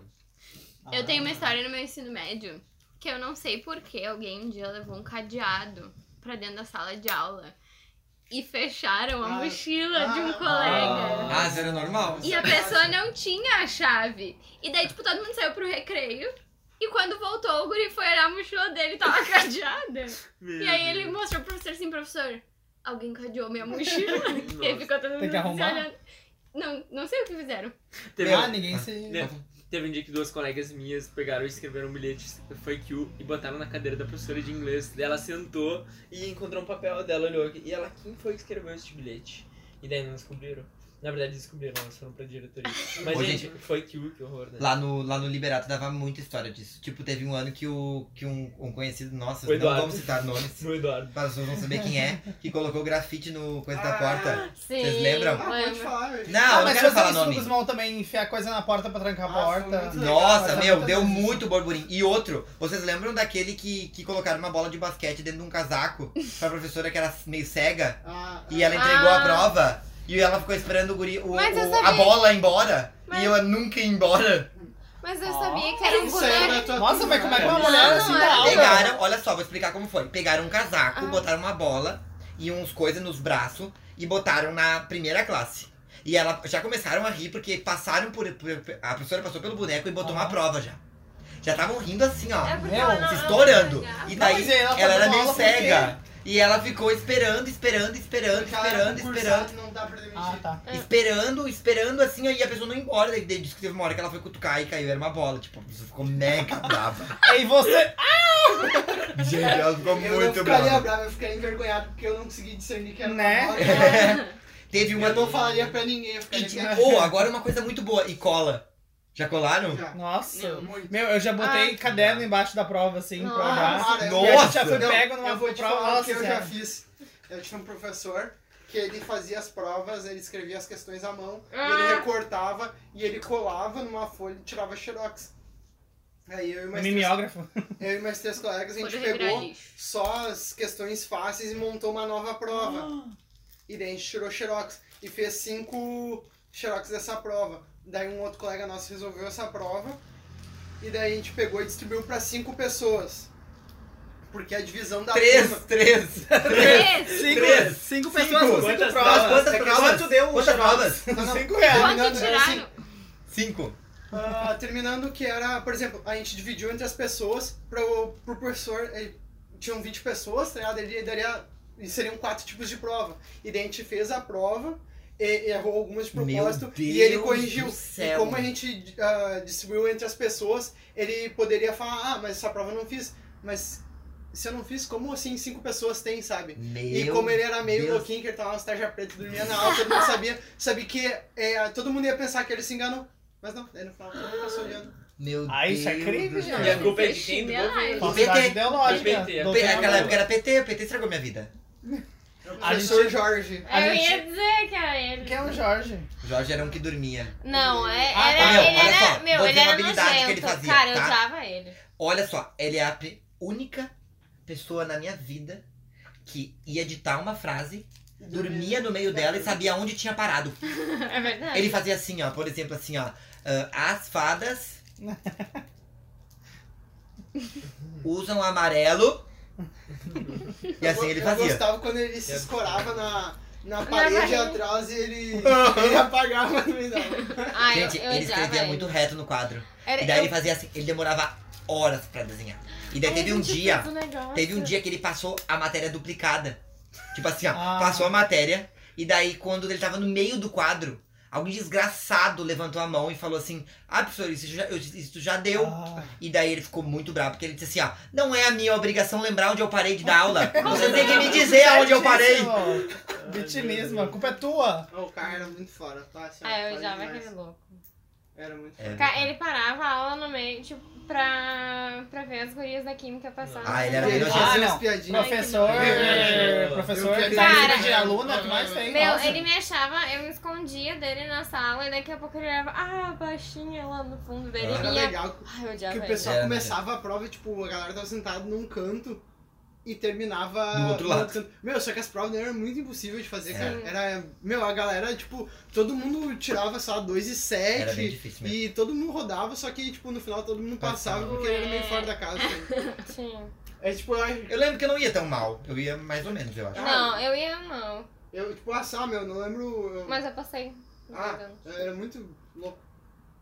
A: Eu
B: Ah.
A: tenho uma história no meu ensino médio que eu não sei por que alguém um dia levou um cadeado pra dentro da sala de aula e fecharam a
F: Ah.
A: mochila de um
F: Ah.
A: colega.
B: Ah, isso era normal.
A: E a pessoa não tinha a chave. E daí, tipo, todo mundo saiu pro recreio. E quando voltou, o guri foi olhar a mochila dele, tava cadeada. E aí ele mostrou pro professor assim, professor, alguém cadeou minha mochila. e aí ficou todo mundo
D: Tem que
A: se
D: arrumar?
A: olhando. Não, não sei o que fizeram.
E: Teve,
D: Ah, ninguém se.
E: né, teve um dia que duas colegas minhas pegaram e escreveram um bilhete foi que e botaram na cadeira da professora de inglês. Daí ela sentou e encontrou um papel dela, olhou e ela, quem foi que escreveu este bilhete? E daí não descobriram. Na verdade descobriram, elas foram pra diretoria. Mas,
B: Ô,
E: gente, foi que que horror, né?
B: Lá no, lá no Liberato dava muita história disso. Tipo, teve um ano que, o, que um, um conhecido nosso,
E: O
B: não
E: Eduardo.
B: vamos citar nomes,
E: No Eduardo.
B: mas vocês vão saber quem é, que colocou grafite no coisa da
F: Ah.
B: porta.
A: Sim.
B: Vocês lembram?
F: Ah, pode falar, eu-
B: Não, eu não
D: mas
B: quero
D: vocês
B: falar
D: são
B: nome.
D: os mal também enfiar coisa na porta pra trancar a
F: Nossa,
D: porta.
F: muito-
B: Nossa,
D: Legal,
B: meu,
D: tá
B: deu
D: muito-
B: muito burburinho. E outro, vocês lembram daquele que, que colocaram uma bola de basquete dentro de um casaco pra professora que era meio cega?
F: Ah,
B: E ela entregou
A: Ah.
B: a prova e ela ficou esperando o guri, o-
C: Mas eu
B: o- a
C: sabia.
B: bola ir embora.
A: Mas-
B: E ela nunca ia embora.
C: Mas eu
D: Ó.
C: sabia que era um
F: isso era
C: boneco.
F: da tua
D: Nossa,
F: turma,
D: mas como é que
F: né?
D: uma mulher
A: Não,
D: assim
A: não
D: da
A: era.
D: aula?
B: Pegaram, olha só, vou explicar como foi. Pegaram um casaco,
A: Ah.
B: botaram uma bola e uns coisas nos braços e botaram na primeira classe. E ela já começaram a rir porque passaram por. por- a professora passou pelo boneco e botou
D: Aham.
B: uma prova já. Já estavam rindo assim, ó.
A: É porque
D: Meu,
A: ela
D: se
A: não- ela não
B: estourando.
A: pegava.
B: E
D: Não,
B: daí
D: mas aí ela
B: ela,
D: tá
B: era
D: dando
B: meio
D: aula por
B: cega. E ela ficou esperando, esperando, esperando,
F: Porque ela era
B: esperando,
F: concursada
B: esperando.
F: e Não dá pra demitir.
D: Ah, tá.
A: É.
B: Esperando, esperando assim, aí a pessoa não ia embora. Daí daí disse que teve uma hora que ela foi cutucar e caiu, era uma bola. Tipo, a pessoa ficou mega brava.
D: E você.
B: Gente, ela ficou
F: Eu não
B: muito
F: ficaria
B: brava.
F: bravo, eu ficaria envergonhado porque eu não consegui discernir que era
D: Né?
F: uma bola.
B: Teve uma.
F: Eu não falaria pra ninguém, eu
B: E
F: ficaria
B: de-
F: quieto.
B: Ô, agora uma coisa muito boa. E cola. Já colaram?
F: Já.
D: Nossa.
F: Muito.
D: Meu, eu já botei
F: Ah.
D: caderno embaixo da prova, assim, pra
A: Nossa.
D: olhar.
F: Cara, eu-
D: E a gente já
B: Nossa!
D: foi pego
F: Não,
D: numa
F: eu vou te
D: prova.
F: falar o
D: Nossa, assim, é.
F: que eu já
D: senhora.
F: fiz. Eu tinha um professor que ele fazia as provas, ele escrevia as questões à mão, e
A: Ah.
F: ele recortava e ele colava numa folha e tirava xerox. Aí eu e mais, três,
D: Mimeógrafo.
F: eu e mais três colegas, a gente
A: Quando
F: pegou
A: revirar lixo.
F: só as questões fáceis e montou uma nova prova.
B: Ah.
F: E daí a gente tirou xerox e fez cinco xerox dessa prova. Daí um outro colega nosso resolveu essa prova e daí a gente pegou e distribuiu para cinco pessoas. Porque a divisão
D: Tá,
F: da turma-
B: Três, três.
A: Três.
D: Cinco,
B: Três.
D: cinco
B: Cinco.
D: pessoas com cinco
E: Quantas
B: Mas
D: provas.
E: provas?
B: quantas
F: é que
B: provas?
F: quanto deu o
B: Quantas
F: xerox?
B: provas?
F: Não, não.
D: Cinco reais.
A: Quanto tiraram?
B: Cinco.
F: Ah, terminando que era, por exemplo, a gente dividiu entre as pessoas para o pro professor, ele, tinham 20 pessoas, tá ligado? Ele daria, e seriam quatro tipos de prova. E daí a gente fez a prova, e- errou algumas de
B: Meu
F: propósito,
B: Deus
F: e ele corrigiu.
B: do
F: E
B: céu.
F: como a gente ah, distribuiu entre as pessoas, ele poderia falar, ah, mas essa prova eu não fiz, mas se eu não fiz, como assim cinco pessoas tem, sabe?
B: Meu
F: E como ele era meio
B: Deus.
F: louquinho, que ele tava nas tarja preta e dormia na aula, todo mundo sabia, sabia que é, todo mundo ia pensar que ele se enganou. Mas não, ele não falava, todo mundo passou olhando.
B: Meu
D: Ah, isso é
B: Deus
D: crime,
B: do
D: gente.
B: céu.
E: E a culpa é de quem? Do
A: Minha
E: governo.
B: live.
D: Falsidade
B: PT.
D: ideológica.
E: PT.
B: Pe-
D: Doutrina
B: Naquela época
D: moral.
B: era PT, o PT estragou minha vida.
F: O
D: A
F: professor
D: gente-
F: Jorge.
C: É,
D: A
A: Eu
D: gente-
A: ia dizer que era ele.
D: Quem é o Jorge?
B: O Jorge era um que dormia.
C: Não, é,
D: Ah,
C: era,
B: tá, meu,
C: ele
B: olha
C: era.
B: só,
C: meu,
B: vou
C: ele
B: dizer uma
C: era
B: habilidade que ele
C: nojento.
B: fazia,
C: Cara, eu
B: tá?
C: odiava ele.
B: Olha só, ele é a pe- única pessoa na minha vida que ia editar uma frase, dormia no meio dela e sabia onde tinha parado.
C: É verdade.
B: Ele fazia assim, ó, por exemplo, assim, ó. ah, as fadas usam amarelo. E assim ele
F: eu
B: fazia.
F: gostava quando ele se escorava na, na
C: parede.
F: parede atrás e ele, ele apagava no meio da aula.
C: Ah, eu-
B: Gente,
C: eu,
B: ele
C: odiava
B: escrevia
C: ele.
B: muito reto no quadro.
C: Era-
B: E daí
C: eu-
B: ele fazia assim, ele demorava horas pra desenhar. E daí
C: Ai,
B: teve
C: a
B: um
C: gente
B: dia.
C: fez um negócio.
B: Teve um dia que ele passou a matéria duplicada. Tipo assim, ó,
D: Ah.
B: passou a matéria. E daí, quando ele tava no meio do quadro, algum desgraçado levantou a mão e falou assim: Ah, professor, isso já, eu- isso já deu.
D: Ah.
B: E daí ele ficou muito bravo, porque ele disse assim: Ó, não é a minha obrigação lembrar onde eu parei de dar aula. Você tem que me dizer aonde eu parei.
D: Vitimismo, a culpa é tua.
F: O cara era muito fora, tá? Assim, ó,
C: Ah, eu
F: foda
C: odiava
F: demais.
C: aquele louco.
F: Era muito
B: É.
C: Ca- Ele parava a aula no meio, tipo, pra, pra ver as gurias da química passando.
B: Ah, ele era
F: E ele
B: melhor.
D: Ah,
F: fazia
D: não.
F: umas piadinhas.
D: Professor, eh,
E: Ai, que-
D: professor
F: Eu
D: que
F: que-
D: dá
C: Cara.
D: de aluno é o que mais tem.
C: Meu,
D: nossa.
C: ele me achava, eu me escondia dele na sala e daqui a pouco ele olhava, ah, baixinha lá no fundo dele.
B: Ah.
C: e
F: Era
C: minha...
F: legal
C: Ai, eu odiava
F: que o
C: ele.
F: pessoal
B: Era
F: começava
B: né?
F: a prova, tipo, a galera tava sentada num canto e terminava
B: Do outro
F: no
B: lado. É.
F: canto. Meu, só que as provas eram muito impossíveis de fazer, cara.
C: Sim.
F: Era, meu, a galera, tipo, todo mundo tirava, sei lá, 2 e
B: Era bem
F: 7
B: difícil mesmo. Tá
F: e todo mundo rodava, só que, tipo, no final todo mundo passava
B: Passava.
F: porque era meio fora da casa. assim.
C: Tinha.
F: É tipo, ai,
B: Eu lembro que eu não ia tão mal. Eu ia mais ou menos,
F: Ah.
B: eu acho.
C: Não, eu ia não.
F: eu, tipo, assar, meu, não lembro. eu-
C: Mas eu passei.
F: ah, era muito louco.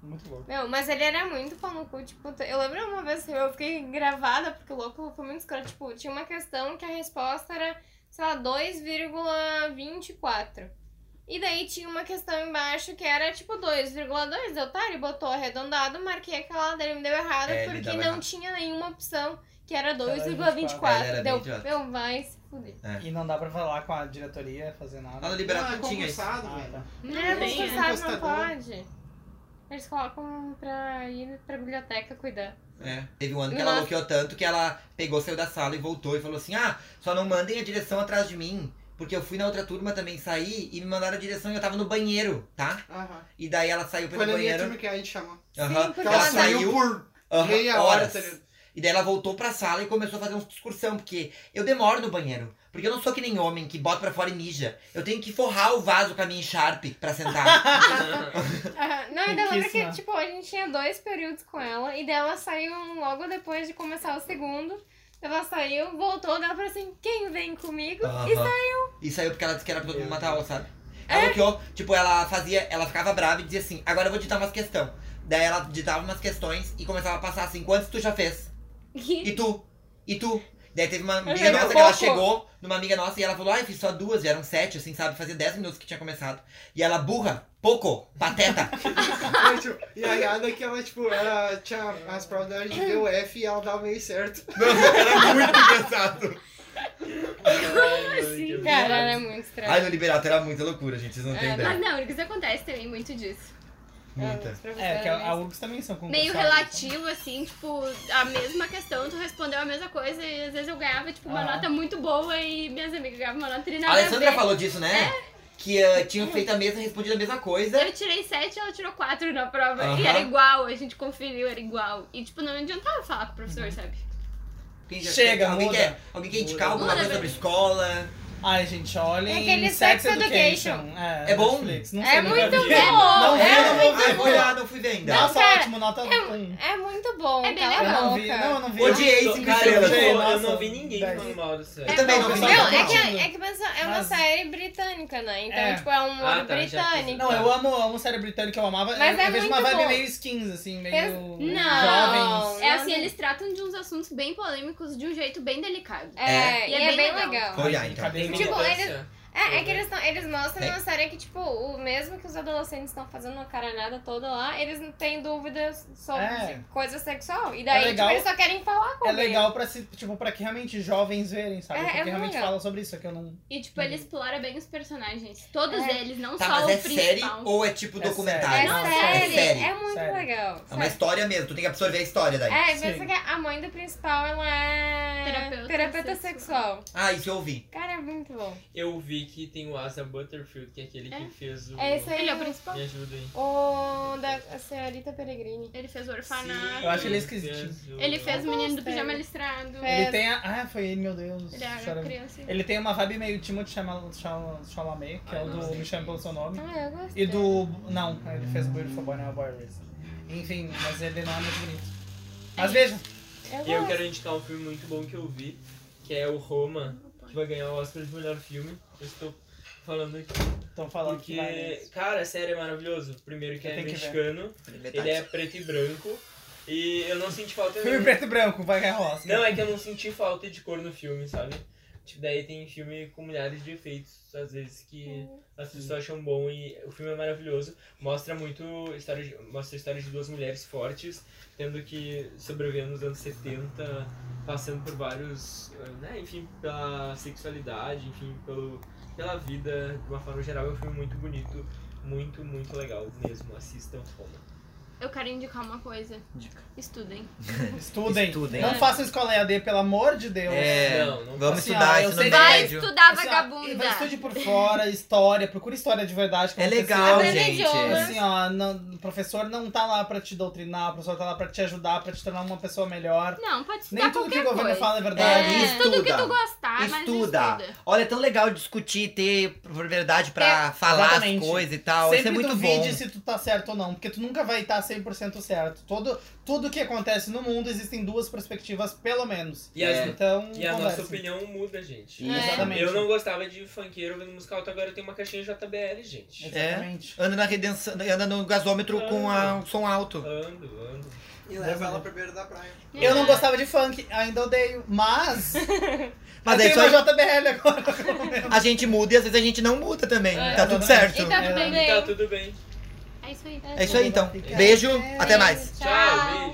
D: Muito louco.
C: Meu, mas ele era muito pau no cu, tipo, t- eu lembro uma vez que eu fiquei gravada, porque o louco foi muito escroto, tipo, tinha uma questão que a resposta era, sei lá, 2,24. E daí tinha uma questão embaixo que era, tipo, 2,2, eu, tá, ele botou arredondado, marquei aquela, daí ele me deu errado,
B: É, ele
C: porque
B: dava
C: não
B: errado.
C: tinha nenhuma opção, que era
B: É, ele era
C: 2,24.
B: bem
C: Deu,
B: idiota.
C: meu, vai se fuder.
D: E não dá pra falar com a diretoria, fazer nada.
B: Lá no Liberato
F: Ah,
B: não tinha isso.
F: concursado,
D: Ah,
F: velho.
D: tá.
A: Não,
C: É,
A: tem,
C: você
A: é.
C: sabe, não
F: encostador.
C: pode. Eles colocam pra ir pra biblioteca cuidar.
B: É. Teve um ano que ela
C: Nossa.
B: bloqueou tanto que ela pegou, saiu da sala e voltou e falou assim: Ah, só não mandem a direção atrás de mim. Porque eu fui na outra turma também, saí e me mandaram a direção e eu tava no banheiro, tá?
F: Aham.
B: E daí ela saiu pelo
F: Foi na minha
B: banheiro.
F: turma que a gente chamou.
B: Aham.
C: porque
B: Ela
C: ela
B: saiu
F: por
B: aham,
F: meia hora,
B: horas.
F: tá ligado?
B: E daí ela voltou pra sala e começou a fazer uma discussão, porque eu demoro no banheiro. Porque eu não sou que nem homem que bota pra fora e mija. Eu tenho que forrar o vaso com a minha Sharp pra sentar.
C: Aham. Não, ainda lembro
D: Riquíssima.
C: que, tipo, a gente tinha dois períodos com ela e daí ela saiu logo depois de começar o segundo. Ela saiu, voltou, daí ela falou assim, quem vem comigo? E
B: Aham. E saiu porque ela disse que era pra todo mundo matar aula, sabe? Ela bloqueou, tipo, ela fazia, ela ficava brava e dizia assim, agora eu vou ditar umas questões. Daí ela ditava umas questões e começava a passar assim, quantos tu já fez? E tu? E tu? Daí teve uma amiga
C: sei,
B: nossa
C: meu
B: que ela
C: pouco.
B: chegou numa amiga nossa e ela falou, ai, fiz só duas, e eram sete, assim, sabe? Fazia dez minutos que tinha começado. E ela, burra, pouco, pateta.
F: Aí, tipo, e a Yada que ela, tipo, ela tinha as provas dela de DUF e ela dava meio certo.
B: Não, era muito engraçado.
E: Ai, meu
C: cara,
E: Deus.
C: era muito estranho.
B: Ai, no Liberato era muita loucura, gente. Vocês não têm
C: É,
B: ideia.
A: Mas não, Urgs acontece também muito disso.
B: Muita.
D: É, que a, a URGS também são
A: Meio
D: concursados.
A: relativo, assim, tipo, a mesma questão, tu respondeu a mesma coisa e às vezes eu ganhava, tipo, uma
E: Ah.
D: Aham.
A: nada nota muito boa e minhas amigas ganhavam uma nota e
B: A
A: nada
B: Alessandra
A: a ver.
B: falou disso, né? Que eh, tinham feito a mesma, respondido a mesma coisa.
E: é?
A: Eu tirei 7 ela tirou 4 na prova.
B: Aham.
A: E era igual, a gente conferiu, era igual. E, tipo, não adiantava falar com o
E: Uhum.
A: professor, sabe?
B: Quem já-
D: Chega,
B: alguém
D: muda.
B: quer, alguém quer indicar alguma
A: Muda,
B: coisa sobre
A: velho.
B: escola?
D: Ai, gente, olha
C: É
D: em
C: aquele
D: Sex,
C: Sex
D: Education.
C: Education.
D: É,
B: É bom?
D: Netflix. Não sei,
C: É
D: nunca
C: muito
D: vi. Não vi,
C: bom! é,
D: eu não
B: Ai, Ah, vou olhar, não fui ver ainda.
D: Nossa,
C: cara,
D: ótimo, nota 1. Eu,
C: é muito bom,
A: É bem
C: cala a
A: legal.
D: não
C: boca.
D: vi, não, eu não vi.
B: Odiei
E: Cara,
B: cinco
E: eu não-
B: estrelas.
D: Gente,
E: eu
D: nossa,
E: não vi ninguém
D: dez.
E: falando mal dessa
D: Eu
E: série.
C: É
B: também
C: bom.
B: não vi
C: Não,
B: nada.
C: é que, é que pensa- é uma
D: Mas-
C: série britânica, né? Então,
D: É.
C: tipo, é um humor
E: Ah, tá, já
C: britânico.
D: Não, eu amo, amo série britânica, eu amava.
C: Mas
D: eu
C: é
D: vejo
C: muito
D: uma vibe
C: bom. tá
D: meio skins, assim, meio
C: Pes-
A: Não. É
D: jovens.
C: Não,
A: assim,
C: não.
A: eles tratam de uns assuntos bem polêmicos de um jeito bem delicado.
C: É,
A: E
C: e,
A: é
C: é,
A: bem
C: bem
A: legal.
C: legal.
B: Vou olhar, então.
D: Cadê minha
E: Tem
C: Tipo,
E: vingança.
C: eles- É, é que eles, tão- eles mostram
B: É.
C: na série que, tipo, o mesmo que os adolescentes estão fazendo uma caralhada toda lá, eles não têm dúvidas sobre
D: É.
C: coisa sexual. E daí,
D: É legal.
C: tipo, eles só querem falar com
D: É
C: alguém.
D: legal pra, se, tipo, pra que realmente jovens verem, sabe?
C: É, é
D: Porque
C: muito
D: realmente
C: legal.
D: falam sobre isso, é que eu não...
A: E, tipo, ele explora bem os personagens. Todos
C: É.
A: eles, não
B: Tá,
A: só
B: mas
A: o
B: é série
A: principal.
B: ou é tipo
D: É
C: É
B: documentário?
D: Não,
C: série,
B: É série.
C: é muito
D: Série.
C: legal.
B: É uma história mesmo, tu tem que absorver a história daí.
C: É,
D: Sim.
C: pensa que a mãe do principal, ela é
A: Terapeuta
C: sexual.
B: Ah, isso eu ouvi.
C: Cara, é muito bom.
E: Eu vi que tem o Asa Butterfield, que é aquele
A: É.
E: que fez o.
C: É isso aí.
A: Ele é o principal.
E: Me ajuda aí.
C: O da a senhorita Peregrini.
A: Ele fez o orfanato.
D: Eu acho ele é esquisitinho.
E: fez o-
A: Ele fez o menino do
C: Nossa,
A: pijama
C: ele-
A: listrado.
C: É.
D: Ele tem a... Ah, foi ele, meu Deus.
A: Ele era
D: Chora-
A: criança.
D: Ele tem uma vibe meio Timothée Chamal- Chal- Chalamet, que é
E: Ai,
D: o
E: não
D: do
E: sei.
D: Me Chame Pelo Seu Nome.
C: Ah, eu gostei.
D: E do... Não, ele fez Beautiful Boy, não é Boy Racer. Enfim, mas ele não é muito bonito. Mas
C: É.
D: veja,
C: Eu,
E: E eu
C: gosto.
E: quero indicar um filme muito bom que eu vi, que é o Roma, que vai ganhar o Oscar de melhor filme. Eu estou falando aqui.
D: estão falando que vai... né?
E: Porque, cara, a série é maravilhoso. Primeiro que
D: Eu
E: é
D: tenho que ver.
E: mexicano, ele é preto e branco. E eu não senti falta
D: Filme
E: nenhuma.
D: preto e branco, vai ganhar rosa.
E: Não, é que eu não senti falta de cor no filme, sabe? Tipo, daí tem filme com milhares de efeitos, às vezes, que as pessoas acham bom e o filme é maravilhoso. Mostra muito história de, mostra a história de duas mulheres fortes, tendo que sobreviver nos anos 70, passando por vários. eh, Né, enfim, pela sexualidade, enfim, pelo, pela vida, de uma forma geral, é um filme muito bonito, muito, muito legal mesmo. Assistam Roma.
A: Eu quero indicar uma coisa.
B: Dica.
A: Estudem.
D: Estudem.
B: Estudem.
D: Não façam escola EAD, pelo amor de Deus.
B: É,
E: Não, não
B: vamos
D: faço.
B: estudar
D: Ah, eu
B: ensino
D: sei-
A: Vai
B: é médio.
A: estudar,
D: Assim, ó, e
A: Ah, vagabunda.
D: vai Estude por fora, história, procura história de verdade. que
B: É
D: aconteceu.
B: legal,
A: Aprende
B: gente.
A: idioma.
D: Assim, ó, não- o professor não tá lá pra te doutrinar, o professor tá lá pra te ajudar, pra te tornar uma pessoa melhor.
A: Não, pode
D: Nem
A: estudar
D: tudo que
A: qualquer
D: o governo
A: coisa.
D: fala é verdade.
B: É,
A: É, tudo que tu
B: estuda.
A: gostar, mas
B: Estuda.
A: estuda.
B: Olha, é tão legal discutir, ter verdade pra falar
D: Exatamente.
B: as coisas e tal.
D: Sempre
B: Isso é muito
D: duvide
B: bom.
D: se tu tá certo ou não, porque tu nunca vai tá estar 100% certo. Todo, tudo que acontece no mundo existem duas perspectivas, pelo menos.
E: E as-
D: Então,
E: E a
D: conversa.
E: nossa opinião muda, gente.
B: É.
D: Exatamente.
E: Eu não gostava de funkeiro ouvindo música alta, agora eu tenho uma caixinha JBL, gente.
D: Exatamente.
B: Anda na redenção, anda no gasômetro com a- o som alto.
E: Ando, ando.
F: E leva ela pra beira da praia.
B: É?
D: Eu
A: É.
D: não gostava de funk, ainda odeio, mas.
B: Mas
D: eu
B: é
D: tenho
B: isso
D: uma
B: aí,
D: JBL agora.
B: a gente muda e às vezes a gente não muda também.
E: É.
B: Tá tudo certo.
A: E tá
D: É.
A: tudo
E: E tá
A: bem.
E: tudo bem.
A: É isso aí.
B: É isso aí então. Beijo, até mais.
E: Tchau, beijo.